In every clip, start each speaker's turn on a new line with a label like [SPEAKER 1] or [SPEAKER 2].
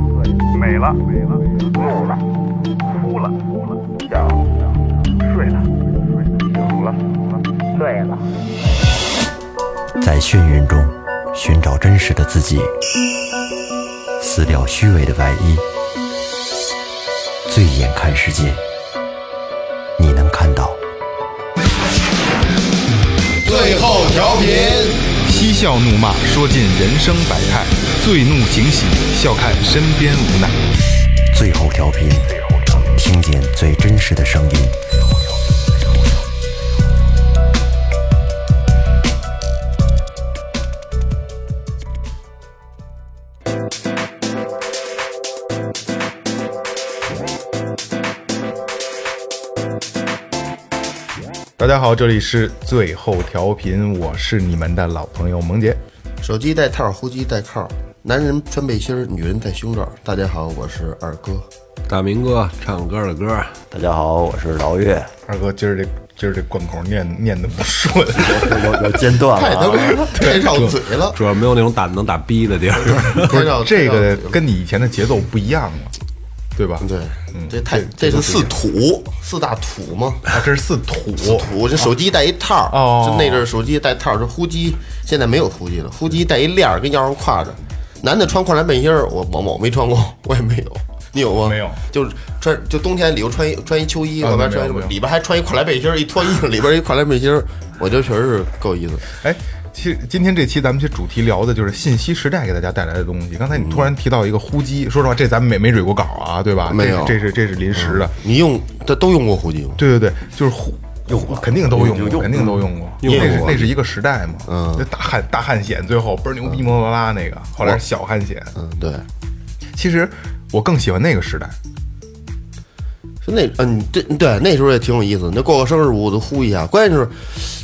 [SPEAKER 1] 了，美了，怒了，哭了，哭了，笑了，睡了，睡了，醒了，醉了。
[SPEAKER 2] 在眩晕中寻找真实的自己，撕掉虚伪的外衣，醉眼看世界，你能看到。
[SPEAKER 3] 最后调频，
[SPEAKER 4] 嬉笑怒骂，说尽人生百态；醉怒惊喜，笑看身边无奈。
[SPEAKER 2] 最后调频，听见最真实的声音。
[SPEAKER 4] 大家好，这里是最后调频，我是你们的老朋友萌杰。
[SPEAKER 3] 手机带套，呼机带靠，男人穿背心儿，女人戴胸罩。大家好，我是二哥。
[SPEAKER 5] 大明哥唱歌的歌，
[SPEAKER 2] 大家好，我是老岳，
[SPEAKER 4] 二哥，今儿这今儿这贯口念念的不 顺，
[SPEAKER 2] 有有间断
[SPEAKER 3] 太他
[SPEAKER 2] 了、啊。
[SPEAKER 3] 妈太绕嘴了，
[SPEAKER 5] 主要没有那种打能打逼的 地儿。
[SPEAKER 3] 不是
[SPEAKER 4] 这个跟你以前的节奏不一样了，对吧？
[SPEAKER 3] 对，这太这是四土四大土嘛。
[SPEAKER 4] 啊，这是四土，
[SPEAKER 3] 土，这手机带一套，
[SPEAKER 4] 哦
[SPEAKER 3] 就那阵儿手机带套，这呼机现在没有呼机了，呼机带一链儿跟腰上挎着。男的穿跨栏背心儿，我我我没穿过，我也没有，你有吗？
[SPEAKER 4] 没有，
[SPEAKER 3] 就是穿就冬天里头穿一穿一秋衣，
[SPEAKER 4] 啊
[SPEAKER 3] 外边
[SPEAKER 4] 没有
[SPEAKER 3] 穿一什
[SPEAKER 4] 没
[SPEAKER 3] 么
[SPEAKER 4] 有，
[SPEAKER 3] 里边还穿一跨栏背心儿，一脱衣服里边一跨栏背心儿，我觉得确实是够意思。
[SPEAKER 4] 哎，其实今天这期咱们这主题聊的就是信息时代给大家带来的东西。刚才你突然提到一个呼机，说实话，这咱们没没蕊过稿啊，对吧？
[SPEAKER 3] 没有
[SPEAKER 4] 这是这是这是临时的。
[SPEAKER 3] 你用这都用过呼机吗？
[SPEAKER 4] 对对对，就是呼。有肯定都用过，肯定都用过，因为那是那是一个时代嘛。嗯，那大汉大汉显最后倍儿牛逼，么么啦那个，后来是小汉显。
[SPEAKER 3] 嗯，对，
[SPEAKER 4] 其实我更喜欢那个时代，
[SPEAKER 3] 就那嗯，对对，那时候也挺有意思。那过个生日我都呼一下，关键是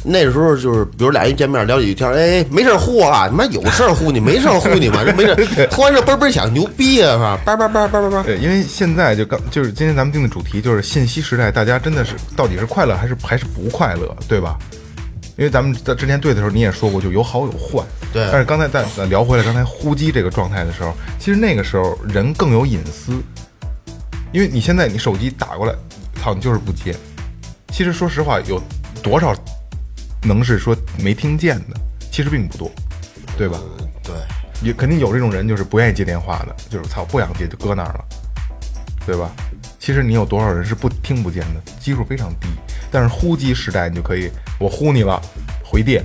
[SPEAKER 3] 那时候就是，比如俩人见面聊几句天，哎，没事儿呼啊，你妈有事儿呼你，没事儿呼你嘛，这没事儿，呼完这嘣嘣响，牛逼啊，是吧？叭叭叭叭叭叭，
[SPEAKER 4] 对，因为现在就刚就是今天咱们定的主题就是信息时代，大家真的是到底是快乐还是还是不快乐，对吧？因为咱们在之前对的时候你也说过，就有好有坏。
[SPEAKER 3] 对
[SPEAKER 4] 但是刚才在在聊回来刚才呼机这个状态的时候，其实那个时候人更有隐私，因为你现在你手机打过来，操，你就是不接。其实说实话，有多少能是说没听见的？其实并不多，对吧？
[SPEAKER 3] 呃对，
[SPEAKER 4] 也肯定有这种人，就是不愿意接电话的，就是操不想接就搁那儿了，对吧？其实你有多少人是不听不见的，基数非常低。但是呼机时代，你就可以我呼你了，回电，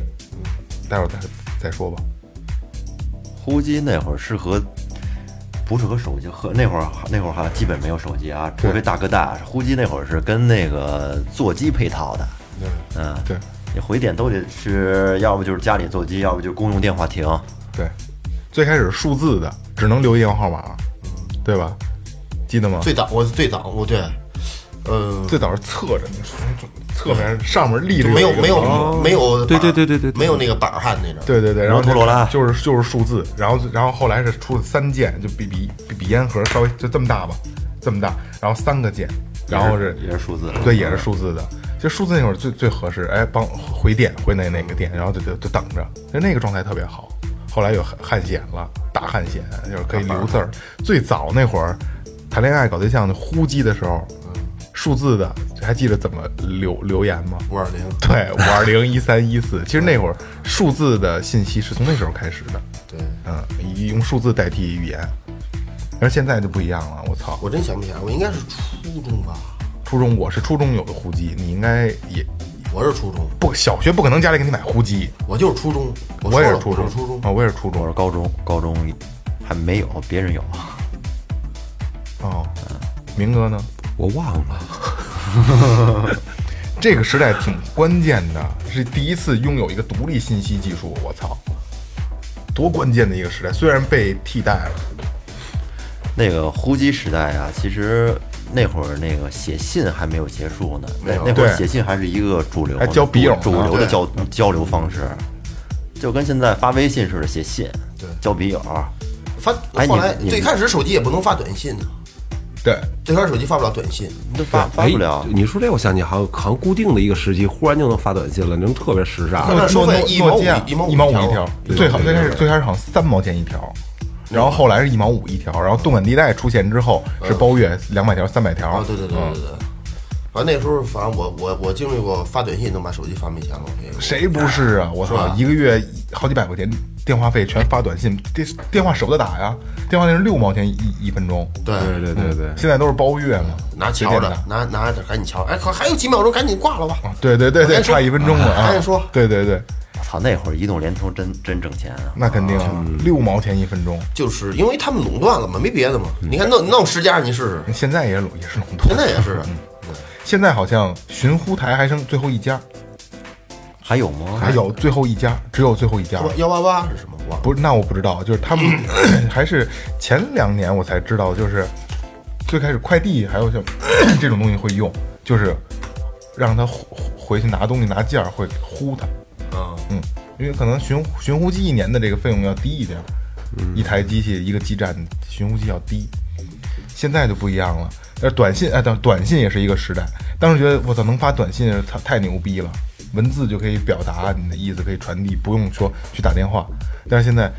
[SPEAKER 4] 待会儿再再说吧。
[SPEAKER 6] 呼机那会儿适合，不适合手机？和那会儿那会儿哈，基本没有手机啊，除非大哥大。呼机那会儿是跟那个座机配套的，嗯，
[SPEAKER 4] 对
[SPEAKER 6] 你回点都得是，要不就是家里座机，要不就是公用电话亭。
[SPEAKER 4] 对，最开始是数字的，只能留一电话号码，对吧？记得吗？
[SPEAKER 3] 最早我最早我对，呃，
[SPEAKER 4] 最早是侧着，你说侧面上面立着
[SPEAKER 3] 就没有
[SPEAKER 4] 一个
[SPEAKER 3] 没有没有，
[SPEAKER 5] 对对对对对对
[SPEAKER 3] 没有那个板儿焊那种。
[SPEAKER 4] 对对对，然后
[SPEAKER 6] 摩托罗拉
[SPEAKER 4] 就是就是数字，然后然后后来是出了三键，就比比比比烟盒稍微就这么大吧，这么大，然后三个键，然后是
[SPEAKER 6] 也是数字，
[SPEAKER 4] 对也是数字的，就数字那会儿最最合适，哎，帮回电回那哪个电，然后就就就等着，就那个状态特别好。后来有汉汉显了，大汉显就是可以留字儿。最早那会儿谈恋爱搞对象的呼机的时候，数字的还记得怎么留留言吗？
[SPEAKER 3] 五二零，
[SPEAKER 4] 对，五二零一三一四，其实那会儿数字的信息是从那时候开始的，
[SPEAKER 3] 对
[SPEAKER 4] 嗯，以用数字代替语言，而现在就不一样了。我操，
[SPEAKER 3] 我真想不起来，我应该是初中吧，
[SPEAKER 4] 初中我是初中有的户籍，你应该也
[SPEAKER 3] 我是初中，
[SPEAKER 4] 不小学不可能家里给你买户籍，
[SPEAKER 3] 我就是初中，我
[SPEAKER 4] 我也
[SPEAKER 3] 说
[SPEAKER 4] 是
[SPEAKER 3] 了
[SPEAKER 4] 初中，
[SPEAKER 3] 我初中
[SPEAKER 4] 啊，我也是初中
[SPEAKER 6] 我是高中，高中还没有，别人有。
[SPEAKER 4] 哦，明哥呢？
[SPEAKER 5] 我忘了，
[SPEAKER 4] 这个时代挺关键的，是第一次拥有一个独立信息技术，我操，多关键的一个时代，虽然被替代了，
[SPEAKER 6] 那个呼机时代啊，其实那会儿那个写信还没有结束呢，那那会
[SPEAKER 4] 对
[SPEAKER 6] 儿写信还是一个主流的，
[SPEAKER 4] 还交笔友呢
[SPEAKER 6] 主流
[SPEAKER 3] 对
[SPEAKER 6] 的交交流方式，就跟现在发微信似的，写信，
[SPEAKER 3] 对
[SPEAKER 6] 交笔友，
[SPEAKER 3] 发，
[SPEAKER 6] 哎你
[SPEAKER 3] 后来
[SPEAKER 6] 你们
[SPEAKER 3] 最开始手机也不能发短信呢，
[SPEAKER 4] 对。
[SPEAKER 3] 最开始手机发不了短信，
[SPEAKER 6] 都发发
[SPEAKER 5] 哎
[SPEAKER 6] 不了，。
[SPEAKER 5] 你说这，我想起好像好像固定的一个时期，忽然就能发短信了，那种特别时尚。
[SPEAKER 3] 那收费
[SPEAKER 4] 诺
[SPEAKER 3] 一毛五
[SPEAKER 4] 诺基亚
[SPEAKER 3] 一毛五
[SPEAKER 4] 一毛五
[SPEAKER 3] 一条
[SPEAKER 4] 一条，最好最开始最开始好像三毛钱一条，然后后来是一毛五一条，然后动感地带出现之后是包月两百条、三百条
[SPEAKER 3] 嗯啊，对对对对对。反正那时候，反正我我我经历过发短信能把手机发没钱了，我跟你说
[SPEAKER 4] 谁不是啊？我操，一个月好几百块钱电话费全发短信，电电话舍不得打呀，电话那是六毛钱一一分钟，
[SPEAKER 3] 对，
[SPEAKER 5] 对对对，
[SPEAKER 4] 现在都是包月嘛，
[SPEAKER 3] 嗯拿
[SPEAKER 4] 随
[SPEAKER 3] 瞧
[SPEAKER 4] 便
[SPEAKER 3] 着
[SPEAKER 4] 打，
[SPEAKER 3] 拿拿着赶紧瞧，哎，可还有几秒钟，赶紧挂了吧。
[SPEAKER 4] 对对对对，
[SPEAKER 3] 哎赶紧说
[SPEAKER 4] 差一分钟了啊！
[SPEAKER 3] 赶紧说
[SPEAKER 4] 对对对，
[SPEAKER 6] 我操，那会儿移动、联通真真挣钱啊！
[SPEAKER 4] 那肯定啊，
[SPEAKER 3] 嗯
[SPEAKER 4] 六毛钱一分钟，
[SPEAKER 3] 就是因为他们垄断了嘛，没别的嘛。你看弄弄十家，你试试，
[SPEAKER 4] 现在也垄也是垄断，
[SPEAKER 3] 现在也是。
[SPEAKER 4] 现在好像寻呼台还剩最后一家，
[SPEAKER 6] 还有吗？
[SPEAKER 4] 还有最后一家，只有最后一家了。
[SPEAKER 3] 幺八八是什么？我忘了。
[SPEAKER 4] 不是，那我不知道，就是他们还是前两年我才知道，就是最开始快递还有像这种东西会用，就是让他回回去拿东西拿件儿会呼他，
[SPEAKER 3] 嗯，
[SPEAKER 4] 嗯，因为可能寻寻呼机一年的这个费用要低一点，
[SPEAKER 6] 嗯
[SPEAKER 4] 一台机器一个基站寻呼机要低。现在就不一样了，但是短信哎，短短信也是一个时代。当时觉得我操，能发短信太太牛逼了，文字就可以表达你的意思，可以传递，不用说去打电话。但是现在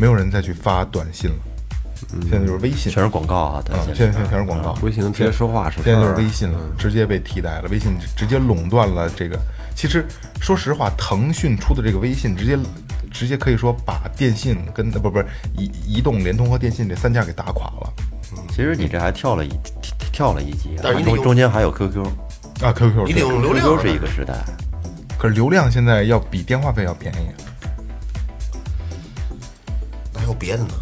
[SPEAKER 4] 没有人再去发短信了，现在就是微信，
[SPEAKER 6] 嗯全是广告啊！
[SPEAKER 4] 啊
[SPEAKER 6] 短，信
[SPEAKER 4] 现在现在全是广告，
[SPEAKER 5] 微信能直接说话是不哎
[SPEAKER 4] 现在就是
[SPEAKER 5] 是
[SPEAKER 4] 微信了，直接被替代了，微信直接垄断了这个。其实说实话，腾讯出的这个微信，直接直接可以说把电信跟呃不不是移移动、联通和电信这三家给打垮了
[SPEAKER 6] 其实你这还跳了一跳了一级啊，
[SPEAKER 3] 但是你得
[SPEAKER 6] 中
[SPEAKER 3] 用
[SPEAKER 6] 中间还有 QQ，
[SPEAKER 4] 啊！QQ
[SPEAKER 3] 你得用流量啊。
[SPEAKER 6] QQ 是一个时代。
[SPEAKER 4] 可是流量现在要比电话费要便宜，
[SPEAKER 3] 还有别的呢？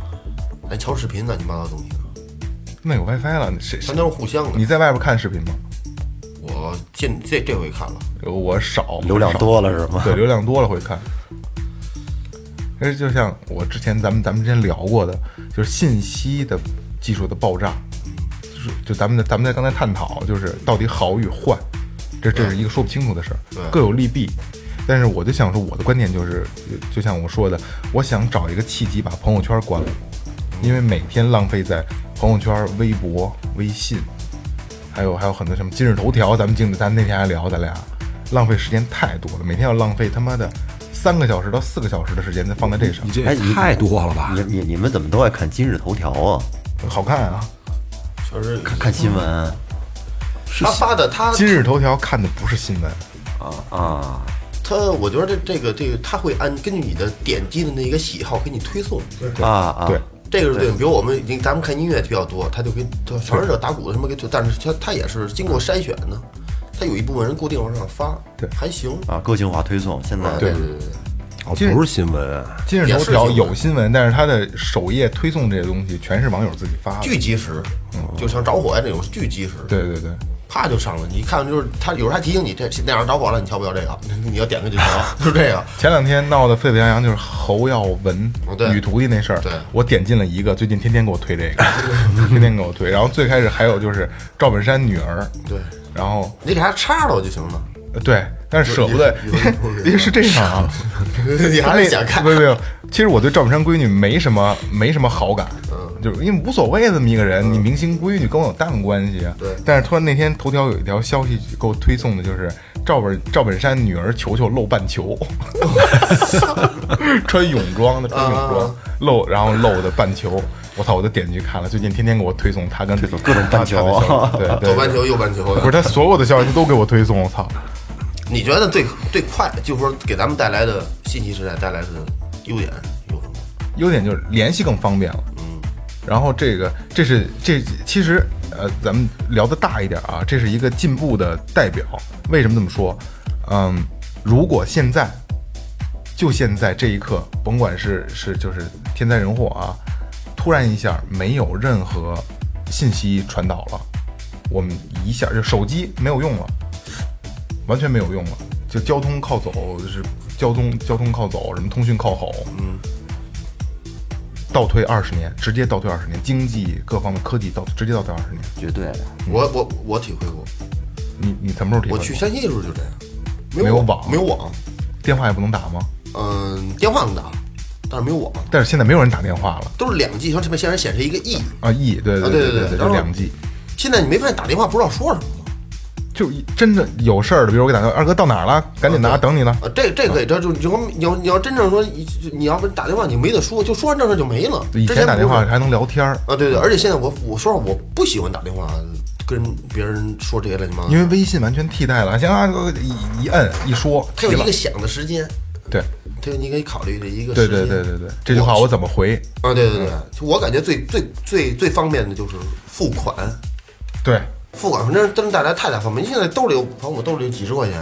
[SPEAKER 3] 咱瞧视频乱七八糟东西呢，
[SPEAKER 4] 那有 WiFi 了，谁谁
[SPEAKER 3] 咱都是互相的。
[SPEAKER 4] 你在外边看视频吗？
[SPEAKER 3] 我见这这回看了，
[SPEAKER 4] 我少，
[SPEAKER 6] 流量多了是吗
[SPEAKER 4] 对，流量多了会看。因为就像我之前咱们咱们之前聊过的，就是信息的技术的爆炸，就是就咱们的咱们在刚才探讨，就是到底好与坏，这这是一个说不清楚的事儿，各有利弊。但是我就想说，我的观点就是，就就像我说的，我想找一个契机把朋友圈关了，因为每天浪费在朋友圈、微博、微信，还有还有很多什么今日头条，咱们今咱那天还聊，咱俩浪费时间太多了，每天要浪费他妈的三个小时到四个小时的时间在放在这上
[SPEAKER 5] 你，这
[SPEAKER 6] 哎
[SPEAKER 5] 也
[SPEAKER 6] 你
[SPEAKER 5] 太多了吧
[SPEAKER 6] 你？你你们怎么都爱看今日头条啊？
[SPEAKER 4] 好看啊！
[SPEAKER 3] 确实
[SPEAKER 6] 看看新闻啊
[SPEAKER 3] 他啊发的他
[SPEAKER 4] 今日头条看的不是新闻，
[SPEAKER 6] 啊！
[SPEAKER 3] 他，我觉得这这个这个他会按根据你的点击的那个喜好给你推送。
[SPEAKER 6] 啊啊！
[SPEAKER 4] 对，
[SPEAKER 3] 这个是对的，比如我们你咱们看音乐比较多，他就给他尝试者打鼓的什么给推，但是他他也是经过筛选的，他有一部分人固定往上发，
[SPEAKER 4] 对
[SPEAKER 3] 还行。
[SPEAKER 6] 啊，个性化推送现在
[SPEAKER 4] 对
[SPEAKER 5] 哦，不是新闻，
[SPEAKER 4] 今日
[SPEAKER 3] 也
[SPEAKER 4] 头
[SPEAKER 3] 是
[SPEAKER 4] 条
[SPEAKER 3] 新闻
[SPEAKER 4] 有新闻，但是它的首页推送这些东西全是网友自己发的。
[SPEAKER 3] 巨及时，就像着火呀这种巨及时，
[SPEAKER 4] 嗯对对对，
[SPEAKER 3] 啪就上了。你一看就是他有时候还提醒你这那样着火了，你瞧不瞧这个？ 你要点开就瞧， 就是这个。
[SPEAKER 4] 前两天闹得沸沸扬扬，就是侯耀文
[SPEAKER 3] 哦对
[SPEAKER 4] 女徒弟那事儿
[SPEAKER 3] 对，
[SPEAKER 4] 我点进了一个，最近天天给我推 这个，天天给我推。然后最开始还有就是赵本山女儿，
[SPEAKER 3] 对，
[SPEAKER 4] 然后
[SPEAKER 3] 你给他插了就行了。
[SPEAKER 4] 呃对，但是舍不得
[SPEAKER 3] 有有有有，有
[SPEAKER 4] 因为是这样啊，
[SPEAKER 3] 你还是想看
[SPEAKER 4] 没有没有，其实我对赵本山闺女没什么没什么好感，嗯，就是因为无所谓这么一个人，你明星闺女跟我有蛋关系啊？
[SPEAKER 3] 嗯对
[SPEAKER 4] 但是突然那天头条有一条消息给我推送的就是赵本赵本山女儿球球露半 球，穿泳装的
[SPEAKER 3] 啊
[SPEAKER 4] 穿泳装露，然后露的半球。我操！我都点进去看了，最近天天给我推送他跟
[SPEAKER 6] 推送各种半球啊
[SPEAKER 4] 他他的消息对对，对
[SPEAKER 3] 左半球右半球
[SPEAKER 4] 不是
[SPEAKER 3] 的。
[SPEAKER 4] 他所有的消息他都给我推送，我操！
[SPEAKER 3] 你觉得最最快，就是说给咱们带来的信息时代带来的优点有什么？
[SPEAKER 4] 优点就是联系更方便了。嗯，然后这个这是这其实呃，咱们聊的大一点啊，这是一个进步的代表。为什么这么说？嗯，如果现在就现在这一刻，甭管是是就是天灾人祸啊，突然一下没有任何信息传导了，我们一下就手机没有用了。完全没有用了，就交通靠走，就是交通交通靠走，什么通讯靠吼，嗯，倒退二十年，直接倒退二十年，经济各方面科技倒直接倒退二十年，
[SPEAKER 6] 绝对的。
[SPEAKER 3] 我我我体会过，
[SPEAKER 4] 你你什么时候体会
[SPEAKER 3] 我
[SPEAKER 4] 过？
[SPEAKER 3] 去山西的时候就这样，没
[SPEAKER 4] 没有
[SPEAKER 3] 网，
[SPEAKER 4] 网
[SPEAKER 3] 没有网，
[SPEAKER 4] 电话也不能打吗？
[SPEAKER 3] 嗯，电话能打，但是没有网，
[SPEAKER 4] 但是现在没有人打电话了
[SPEAKER 3] 都是两 G，然后这边显示显示一个 E，
[SPEAKER 4] 啊！E 对
[SPEAKER 3] 啊对
[SPEAKER 4] 对
[SPEAKER 3] 对对
[SPEAKER 4] 对，
[SPEAKER 3] 然
[SPEAKER 4] 就
[SPEAKER 3] 后
[SPEAKER 4] 两 G，
[SPEAKER 3] 现在你没发现打电话不知道说什么吗？
[SPEAKER 4] 就是真的有事儿的，比如我给打电话，二哥到哪儿了？赶紧拿，等你呢。
[SPEAKER 3] 啊，这这可以，这就你要你要你要真正说，你要不打电话你没得说，就说完正事就没了。
[SPEAKER 4] 以
[SPEAKER 3] 之
[SPEAKER 4] 前打电
[SPEAKER 3] 不
[SPEAKER 4] 话
[SPEAKER 3] 是
[SPEAKER 4] 还能聊天儿，
[SPEAKER 3] 啊，对对，而且现在我我说实话我不喜欢打电话跟别人说这些乱七八糟的，
[SPEAKER 4] 因为微信完全替代了。行啊，哥一一摁一说，
[SPEAKER 3] 它有
[SPEAKER 4] 急
[SPEAKER 3] 一
[SPEAKER 4] 了
[SPEAKER 3] 个响的时间，
[SPEAKER 4] 对
[SPEAKER 3] 这个你可以考虑的一个
[SPEAKER 4] 对
[SPEAKER 3] 时间。
[SPEAKER 4] 对对对对，这句话我怎么回？
[SPEAKER 3] 啊，对对对，我感觉最最最最方便的就是付款，
[SPEAKER 4] 对
[SPEAKER 3] 付款反正真带来太大方便。现在兜里有，反正我兜里有几十块钱，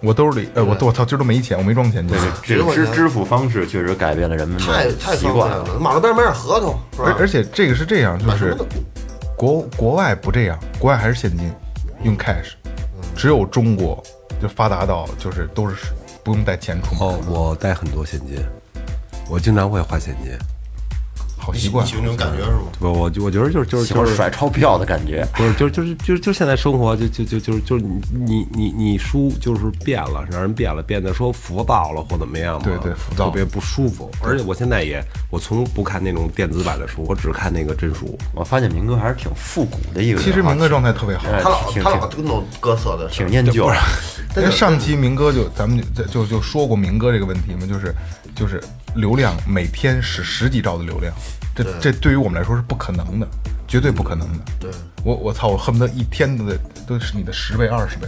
[SPEAKER 4] 我兜里，呃，我我操，今儿都没钱，我没装钱，这
[SPEAKER 6] 这
[SPEAKER 4] 个
[SPEAKER 6] 个这个
[SPEAKER 3] 十
[SPEAKER 6] 支
[SPEAKER 3] 块钱
[SPEAKER 6] 支付方式确实改变了人们
[SPEAKER 3] 太
[SPEAKER 6] 的
[SPEAKER 3] 太
[SPEAKER 6] 习
[SPEAKER 3] 方便
[SPEAKER 6] 惯了。
[SPEAKER 3] 了。马路边买点合同是
[SPEAKER 4] 而
[SPEAKER 3] 吧？
[SPEAKER 4] 而且这个是这样，就
[SPEAKER 3] 买什么
[SPEAKER 4] 是
[SPEAKER 3] 都
[SPEAKER 4] 国国外不这样，国外还是现金，用 cash，只有中国就发达到就是都是不用带钱出门，
[SPEAKER 5] 哦，我带很多现金，哦我经常会花现金。
[SPEAKER 4] 好习惯
[SPEAKER 3] 你。有那种感觉是吗？
[SPEAKER 5] 不，我就我觉得就是就是
[SPEAKER 6] 喜
[SPEAKER 5] 就
[SPEAKER 6] 欢
[SPEAKER 5] 是
[SPEAKER 6] 甩钞票的感觉，
[SPEAKER 5] 不是，就是就是就是就现在生活就就就就是就是你你你你输就是变了，让人变了，变得说浮躁了或怎么样嘛，
[SPEAKER 4] 对对浮躁
[SPEAKER 5] 啊特别不舒服。而且我现在也我从不看那种电子版的书，我只看那个真书。
[SPEAKER 6] 我发现明哥还是挺复古的一个人啊。
[SPEAKER 4] 其实明哥状态特别好，
[SPEAKER 6] 哎
[SPEAKER 3] 他老
[SPEAKER 6] 挺
[SPEAKER 3] 他老
[SPEAKER 6] 挺
[SPEAKER 3] 跟弄各色的事
[SPEAKER 6] 挺
[SPEAKER 3] 儿，
[SPEAKER 6] 念旧，
[SPEAKER 4] 因为上期明哥就咱们就就就说过明哥这个问题嘛，就是就是流量每天是十几兆的流量，这这对于我们来说是不可能的，绝对不可能的。
[SPEAKER 3] 对，
[SPEAKER 4] 我我操，我恨不得一天都得都是你的十倍二十倍。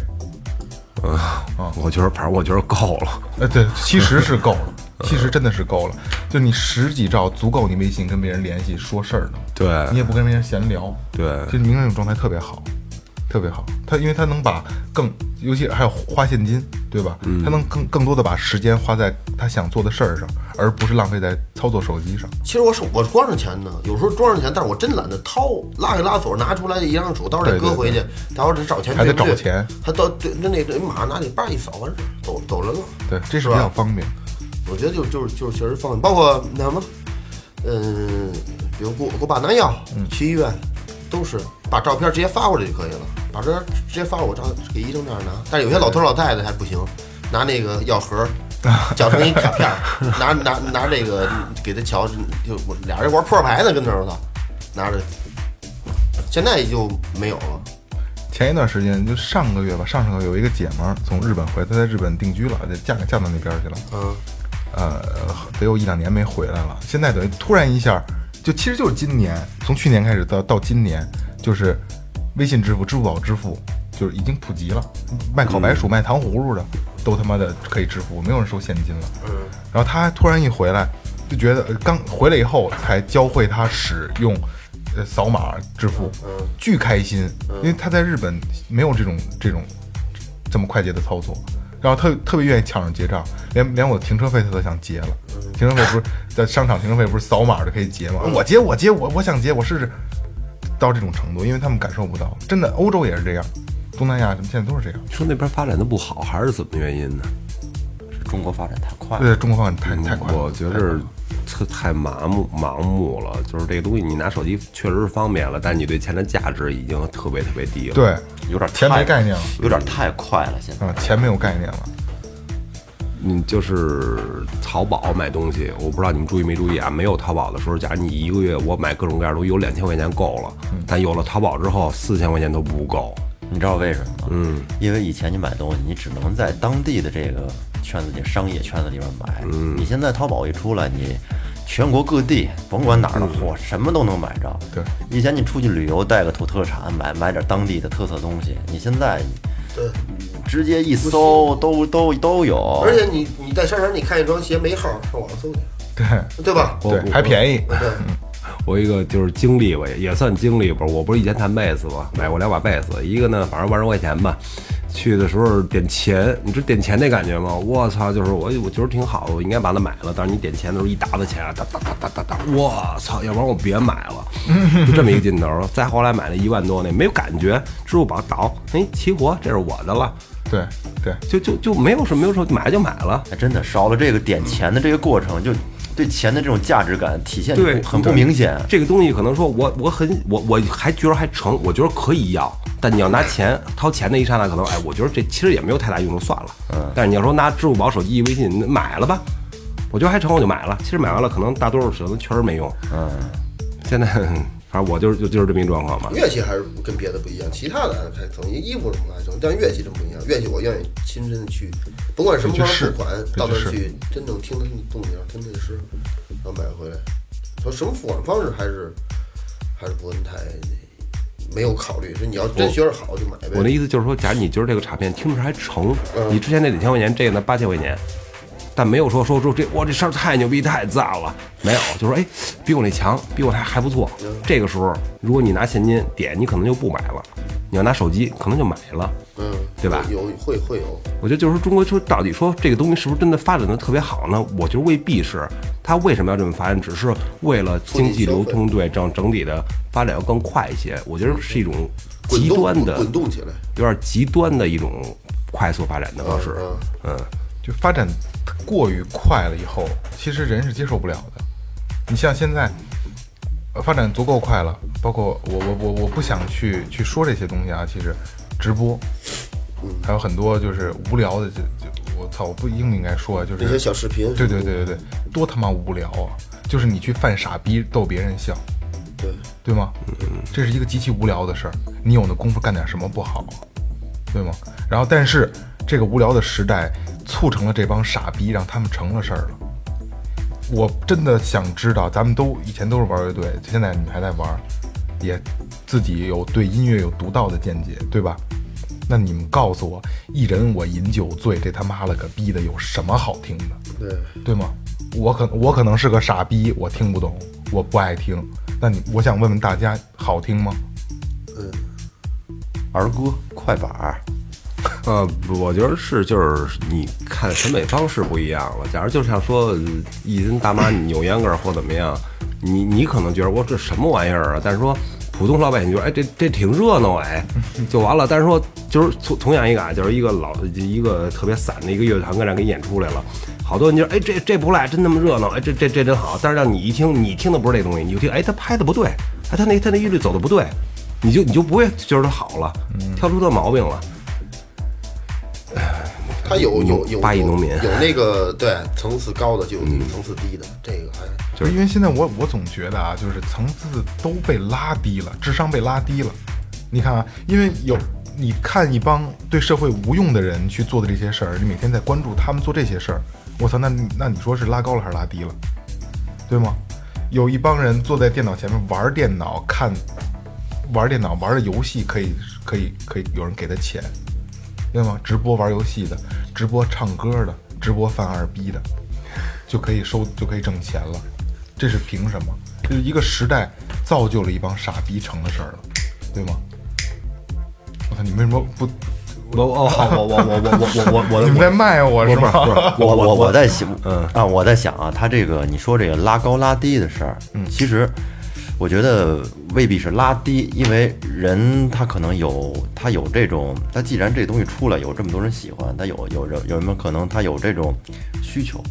[SPEAKER 4] 啊
[SPEAKER 5] 我觉得反正我觉得够了，
[SPEAKER 4] 呃，对，其实是够了，其实真的是够了。就你十几兆足够你微信跟别人联系说事儿的，
[SPEAKER 5] 对
[SPEAKER 4] 你也不跟别人闲聊，
[SPEAKER 5] 对
[SPEAKER 4] 就明哥那种状态特别好，特别好。他因为他能把更，尤其还有花现金，对吧？他能更更多的把时间花在他想做的事儿上，而不是浪费在操作手机上。
[SPEAKER 3] 其实我手我装上钱呢，有时候装上钱，但是我真懒得掏，拉开拉锁拿出来一张手，到时候得
[SPEAKER 4] 对对
[SPEAKER 3] 搁回去，到时候得找钱
[SPEAKER 4] 还
[SPEAKER 3] 对
[SPEAKER 4] 得
[SPEAKER 3] 不对
[SPEAKER 4] 找钱，
[SPEAKER 3] 还到对那那那马上拿你叭一扫完事儿走走人了。
[SPEAKER 4] 对，这是
[SPEAKER 3] 吧
[SPEAKER 4] 比较方便。
[SPEAKER 3] 我觉得就就是就是确实方便，包括那什么，嗯，比如给我给我爸拿药，去医院，都是把照片直接发过来就可以了，把这直接发我照给医生那儿拿。但是有些老头老太太还不行，拿那个药盒儿绞成一卡片儿，拿 拿拿这个给他瞧，就我俩人玩扑克牌呢，跟那儿我操，拿着。现在就没有了，
[SPEAKER 4] 前一段时间就上个月吧，上上个月有一个姐们儿从日本回来，她在日本定居了，得嫁嫁到那边儿去了。
[SPEAKER 3] 嗯，
[SPEAKER 4] 呃，得有一两年没回来了。现在等于突然一下，就其实就是今年，从去年开始到到今年，就是微信支付、支付宝支付，就是已经普及了。卖烤白薯、卖糖葫芦的，都他妈的可以支付，没有人收现金了。嗯。然后他突然一回来，就觉得呃刚回来以后才教会他使用。呃，扫码支付，巨开心，因为他在日本没有这种这种这么快捷的操作，然后特特别愿意抢着结账，连连我停车费他都想结了。停车费不是在商场停车费不是扫码就可以结 吗？我结我结我我想结我试试，到这种程度，因为他们感受不到，真的欧洲也是这样，东南亚什么现在都是这样。
[SPEAKER 5] 你说那边发展的不好，还是怎么原因呢？
[SPEAKER 6] 中国发展太快了。
[SPEAKER 4] 对，中国发展哎太太快了，
[SPEAKER 5] 我觉得特太麻木盲目了，就是这个东西你拿手机确实是方便了，但是你对钱的价值已经特别特别低了。
[SPEAKER 4] 对
[SPEAKER 6] 有点太
[SPEAKER 4] 钱没概念了
[SPEAKER 6] 有点太快了。现在
[SPEAKER 4] 啊，钱没有概念了。
[SPEAKER 5] 嗯，就是淘宝买东西，我不知道你们注意没注意啊？没有淘宝的时候，假如你一个月我买各种各样的东西，有两千块钱够了，
[SPEAKER 4] 嗯
[SPEAKER 5] 但有了淘宝之后，四千块钱都不够。
[SPEAKER 6] 你知道为什么吗？嗯，因为以前你买东西，你只能在当地的这个圈子里、商业圈子里面买。嗯，你现在淘宝一出来，你全国各地甭管哪儿的货，什么都能买着。
[SPEAKER 4] 对，
[SPEAKER 6] 以前你出去旅游带个土特产，买买点当地的特色东西，你现在
[SPEAKER 3] 对，
[SPEAKER 6] 直接一搜都都都有。
[SPEAKER 3] 而且你你在商场你看一双鞋没号儿，上网上搜去，
[SPEAKER 4] 对
[SPEAKER 3] 对吧？
[SPEAKER 4] 对，还便宜，
[SPEAKER 3] 对，
[SPEAKER 5] 我一个就是经历吧，也也算经历吧。我不是以前弹贝斯嘛，买过两把贝斯，一个呢反正万十块钱吧。去的时候点钱，你知道点钱那感觉吗？我操，就是我我觉得挺好的，我应该把它买了。但是你点钱的时候一沓子钱啊，哒哒哒哒哒哒，我操，要不然我别买了，就这么一个劲头。再后来买了一万多那没有感觉，支付宝倒，哎，齐活，这是我的了，
[SPEAKER 4] 对对，
[SPEAKER 5] 就就就没有什么没有什么买就买了。
[SPEAKER 6] 哎，真的少了这个点钱的这个过程，就对钱的这种价值感体现
[SPEAKER 5] 对，
[SPEAKER 6] 很不
[SPEAKER 5] 对
[SPEAKER 6] 明显。
[SPEAKER 5] 这个东西可能说我我很我我还觉得还成，我觉得可以要，但你要拿钱掏钱的一刹那，可能哎，我觉得这其实也没有太大用处，算了。嗯。但是你要说拿支付宝、手机、微信买了吧，我觉得还成，我就买了。其实买完了，可能大多数时候确实没用。嗯。现在反正我就是就就是这么一状况吧。
[SPEAKER 7] 乐器还是跟别的不一样，其他的还是还曾经衣服什么还行，但乐器真不一样。乐器我愿意亲身去，甭管什么
[SPEAKER 4] 对
[SPEAKER 7] 光
[SPEAKER 4] 去试
[SPEAKER 7] 不管，
[SPEAKER 4] 对
[SPEAKER 7] 到那
[SPEAKER 4] 去
[SPEAKER 7] 儿
[SPEAKER 4] 试
[SPEAKER 7] 去真正听他们动静，听那师，然后买回来。说什么付款方式还是还是不恩太没有考虑。说你要真学着好就买呗。
[SPEAKER 5] 我那意思就是说，假如你觉得这个卡片听着还成，
[SPEAKER 7] 嗯
[SPEAKER 5] 你之前那两千块钱，这个呢八千块钱，但没有说说说这哇这声儿太牛逼太赞了，没有，就说哎比我那强，比我那还还不错。
[SPEAKER 7] 嗯
[SPEAKER 5] 这个时候，如果你拿现金点，你可能就不买了；你要拿手机，可能就买了。
[SPEAKER 7] 嗯，
[SPEAKER 5] 对吧
[SPEAKER 7] 有会会有，
[SPEAKER 5] 我觉得就是说，中国说到底说这个东西是不是真的发展的特别好呢？我觉得未必是。它为什么要这么发展？只是为了经济流通，对整整体的发展要更快一些。我觉得是一种
[SPEAKER 7] 滚
[SPEAKER 5] 极
[SPEAKER 7] 动
[SPEAKER 5] 端的，
[SPEAKER 7] 滚动起来。
[SPEAKER 5] 有点极端的一种快速发展的方式。
[SPEAKER 7] 嗯
[SPEAKER 5] 嗯，
[SPEAKER 4] 就发展过于快了以后，其实人是接受不了的。你像现在，呃发展足够快了，包括我我我我不想去去说这些东西啊，其实直播，
[SPEAKER 7] 嗯
[SPEAKER 4] 还有很多就是无聊的，就就我操，我不应不应该说啊，就是
[SPEAKER 7] 那些小视频，
[SPEAKER 4] 对对对对对，多他妈无聊啊！就是你去犯傻逼逗别人笑，
[SPEAKER 7] 对，
[SPEAKER 4] 对吗？这是一个极其无聊的事儿，你有那功夫干点什么不好，对吗？然后，但是这个无聊的时代促成了这帮傻逼，让他们成了事儿了。我真的想知道，咱们都以前都是玩乐队，现在你们还在玩，也自己有对音乐有独到的见解，对吧？那你们告诉我，一人我饮酒醉，这他妈了个逼的有什么好听的？
[SPEAKER 7] 对，
[SPEAKER 4] 对吗？我可我可能是个傻逼，我听不懂，我不爱听。那你，我想问问大家，好听吗？
[SPEAKER 7] 嗯，
[SPEAKER 6] 儿歌、快板儿，
[SPEAKER 5] 呃，我觉得是，就是你看审美方式不一样了。假如就像说呃一根大妈扭秧歌儿或怎么样，你你可能觉得我这什么玩意儿啊？但是说普通老百姓觉得，哎，这这挺热闹哎，就完了。但是说就是同同样一个啊，就是一个老一个特别散的一个乐团，跟那给演出来了。好多人觉得，哎，这这不赖，真那么热闹，哎，这这这真好。但是让你一听，你听的不是这东西，你就听，哎，他拍的不对，哎，他那他那韵律走的不对，你就你就不会觉得它好了，挑出它毛病了。
[SPEAKER 7] 它有有有
[SPEAKER 5] 巴以农民
[SPEAKER 7] 有有那个对层次高的，就有那个层次低的，这个还
[SPEAKER 4] 就是因为现在我我总觉得啊，就是层次都被拉低了，智商被拉低了。你看啊，因为有你看一帮对社会无用的人去做的这些事儿，你每天在关注他们做这些事儿，我操，那你那你说是拉高了还是拉低了？对吗？有一帮人坐在电脑前面玩电脑，看玩电脑玩的游戏可以可以可以有人给他钱，对吗？直播玩游戏的，直播唱歌的，直播犯二逼的，就可以收就可以挣钱了，这是凭什么？就是一个时代造就了一帮傻逼成的事儿了，对吗？我操，你为什么不？
[SPEAKER 5] 我我我我我我我我我
[SPEAKER 4] 你们在卖我是吗？
[SPEAKER 6] 啊我我我在想，嗯啊，我在想啊，他这个你说这个拉高拉低的事儿，嗯，其实我觉得未必是拉低，因为人他可能有他有这种，他既然这东西出来有这么多人喜欢，他有有人有人们可能他有这种需求，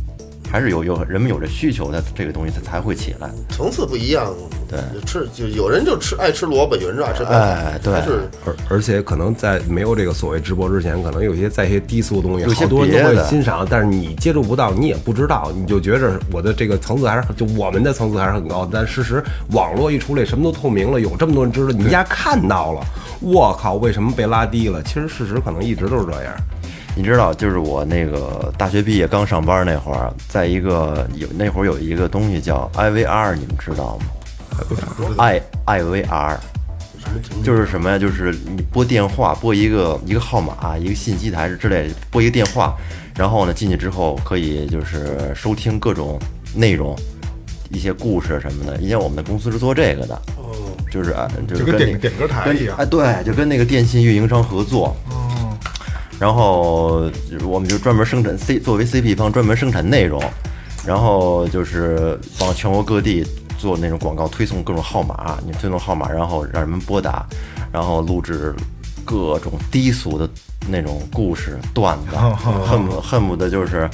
[SPEAKER 6] 还是有有人们有这需求，他这个东西他才会起来。
[SPEAKER 7] 层次不一样。
[SPEAKER 6] 对，
[SPEAKER 7] 吃就有人就吃爱吃萝卜，有人就爱吃白菜，
[SPEAKER 6] 哎对
[SPEAKER 7] 还是
[SPEAKER 5] 而而且可能在没有这个所谓直播之前，可能有些在一些低俗的东西，
[SPEAKER 6] 有些
[SPEAKER 5] 好多人
[SPEAKER 6] 别
[SPEAKER 5] 都
[SPEAKER 6] 的
[SPEAKER 5] 会欣赏，但是你接触不到，你也不知道，你就觉着我的这个层次还是很就我们的层次还是很高，但事实网络一出来，什么都透明了，有这么多人知道，你丫看到了，我靠，为什么被拉低了？其实事实可能一直都是这样。
[SPEAKER 6] 你知道，就是我那个大学毕业刚上班那会儿，在一个有那会儿有一个东西叫 IVR，你们知道吗？I IVR，就是什么呀？就是你拨电话，拨一个一个号码，一个信息台之类的，拨一个电话，然后呢进去之后可以就是收听各种内容，一些故事什么的。因为我们的公司是做这个的，就是啊就是
[SPEAKER 4] 就跟
[SPEAKER 6] 那
[SPEAKER 4] 点点歌台
[SPEAKER 6] 跟
[SPEAKER 4] 一样
[SPEAKER 6] 哎，对，就跟那个电信运营商合作。然后我们就专门生产 C 作为 CP 方专门生产内容，然后就是往全国各地做那种广告推送各种号码，你推送号码，然后让人们拨打，然后录制各种低俗的那种故事段子，恨不恨不得就是。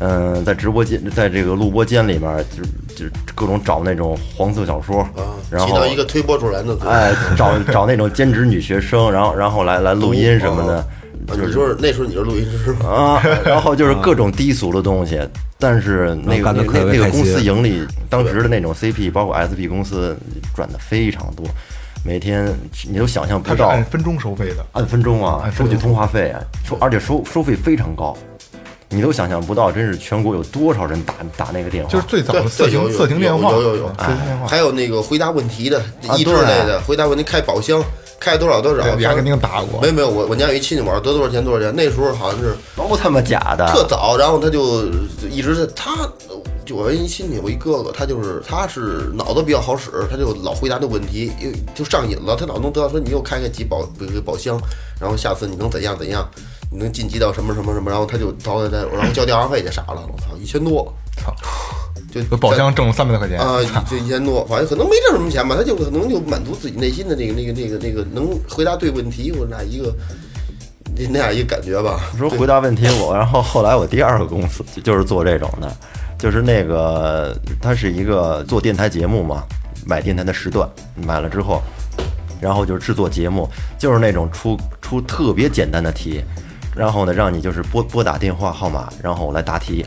[SPEAKER 6] 嗯，在直播间，在这个录播间里面，就就各种找那种黄色小说，然
[SPEAKER 7] 啊，
[SPEAKER 6] 后
[SPEAKER 7] 起到一个推波助澜的作用。
[SPEAKER 6] 哎，找找那种兼职女学生，然后然后来来录音什么的，
[SPEAKER 7] 啊，你说是那时候你是录音师吗？
[SPEAKER 6] 啊，然后就是各种低俗的东西，但是那
[SPEAKER 5] 然
[SPEAKER 6] 个
[SPEAKER 5] 后嗯干得
[SPEAKER 6] 那
[SPEAKER 5] 特
[SPEAKER 6] 那
[SPEAKER 5] 别
[SPEAKER 6] 那
[SPEAKER 5] 开
[SPEAKER 6] 个
[SPEAKER 5] 心
[SPEAKER 6] 公司盈利，当时的那种 CP 包括 SP 公司赚的非常多，每天你都想象
[SPEAKER 4] 它
[SPEAKER 6] 不
[SPEAKER 4] 是
[SPEAKER 6] 到
[SPEAKER 4] 按，分钟收费的，
[SPEAKER 6] 按分钟啊，
[SPEAKER 4] 按
[SPEAKER 6] 收
[SPEAKER 4] 分钟
[SPEAKER 6] 取通话费啊，收而且收收费非常高，你都想象不到，真是全国有多少人打打那个电话，
[SPEAKER 4] 就是最早的
[SPEAKER 3] 对
[SPEAKER 4] 啊色
[SPEAKER 3] 有
[SPEAKER 4] 情
[SPEAKER 3] 有
[SPEAKER 4] 色情电话，嗯
[SPEAKER 3] 有有有有
[SPEAKER 4] 色情电话，
[SPEAKER 3] 还有那个回答问题的
[SPEAKER 6] 啊
[SPEAKER 3] 益智
[SPEAKER 6] 对
[SPEAKER 3] 类的，回答问题开宝箱，开多少多少，
[SPEAKER 4] 对雅肯定打过
[SPEAKER 3] 没有没有，我我家有一亲戚玩儿得多少钱多少钱，那时候好像是
[SPEAKER 6] 都他妈假的，
[SPEAKER 3] 特早，然后他就就一直在他，就我一亲戚，我一哥哥，他就是他是脑子比较好使，他就老回答这问题，又就上瘾了。他老能得到说你又开开几宝个宝箱，然后下次你能怎样怎样，你能晋级到什么什么什么，然后他就淘汰他，然后交电话费去傻了，我操，一千多，
[SPEAKER 4] 操，
[SPEAKER 3] 就
[SPEAKER 4] 这宝箱挣了三百多块钱，
[SPEAKER 3] 啊，就一千多，反正可能没挣什么钱吧，他就可能就满足自己内心的那个那个那个那个能回答对问题或者那一个那那样一个感觉吧。
[SPEAKER 6] 说回答问题我，然后后来我第二个公司就就是做这种的，就是那个它是一个做电台节目嘛，买电台的时段，买了之后，然后就是制作节目，就是那种出出特别简单的题，然后呢让你就是拨拨打电话号码，然后我来答题。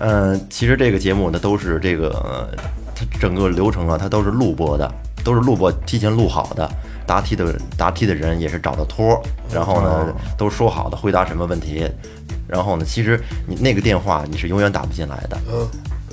[SPEAKER 6] 嗯，其实这个节目呢都是这个呃它整个流程啊，它都是录播的，都是录播提前录好的。答题的答题的人也是找的托儿，然后
[SPEAKER 4] 哦
[SPEAKER 6] 呢都说好的回答什么问题，然后呢其实你那个电话你是永远打不进来的，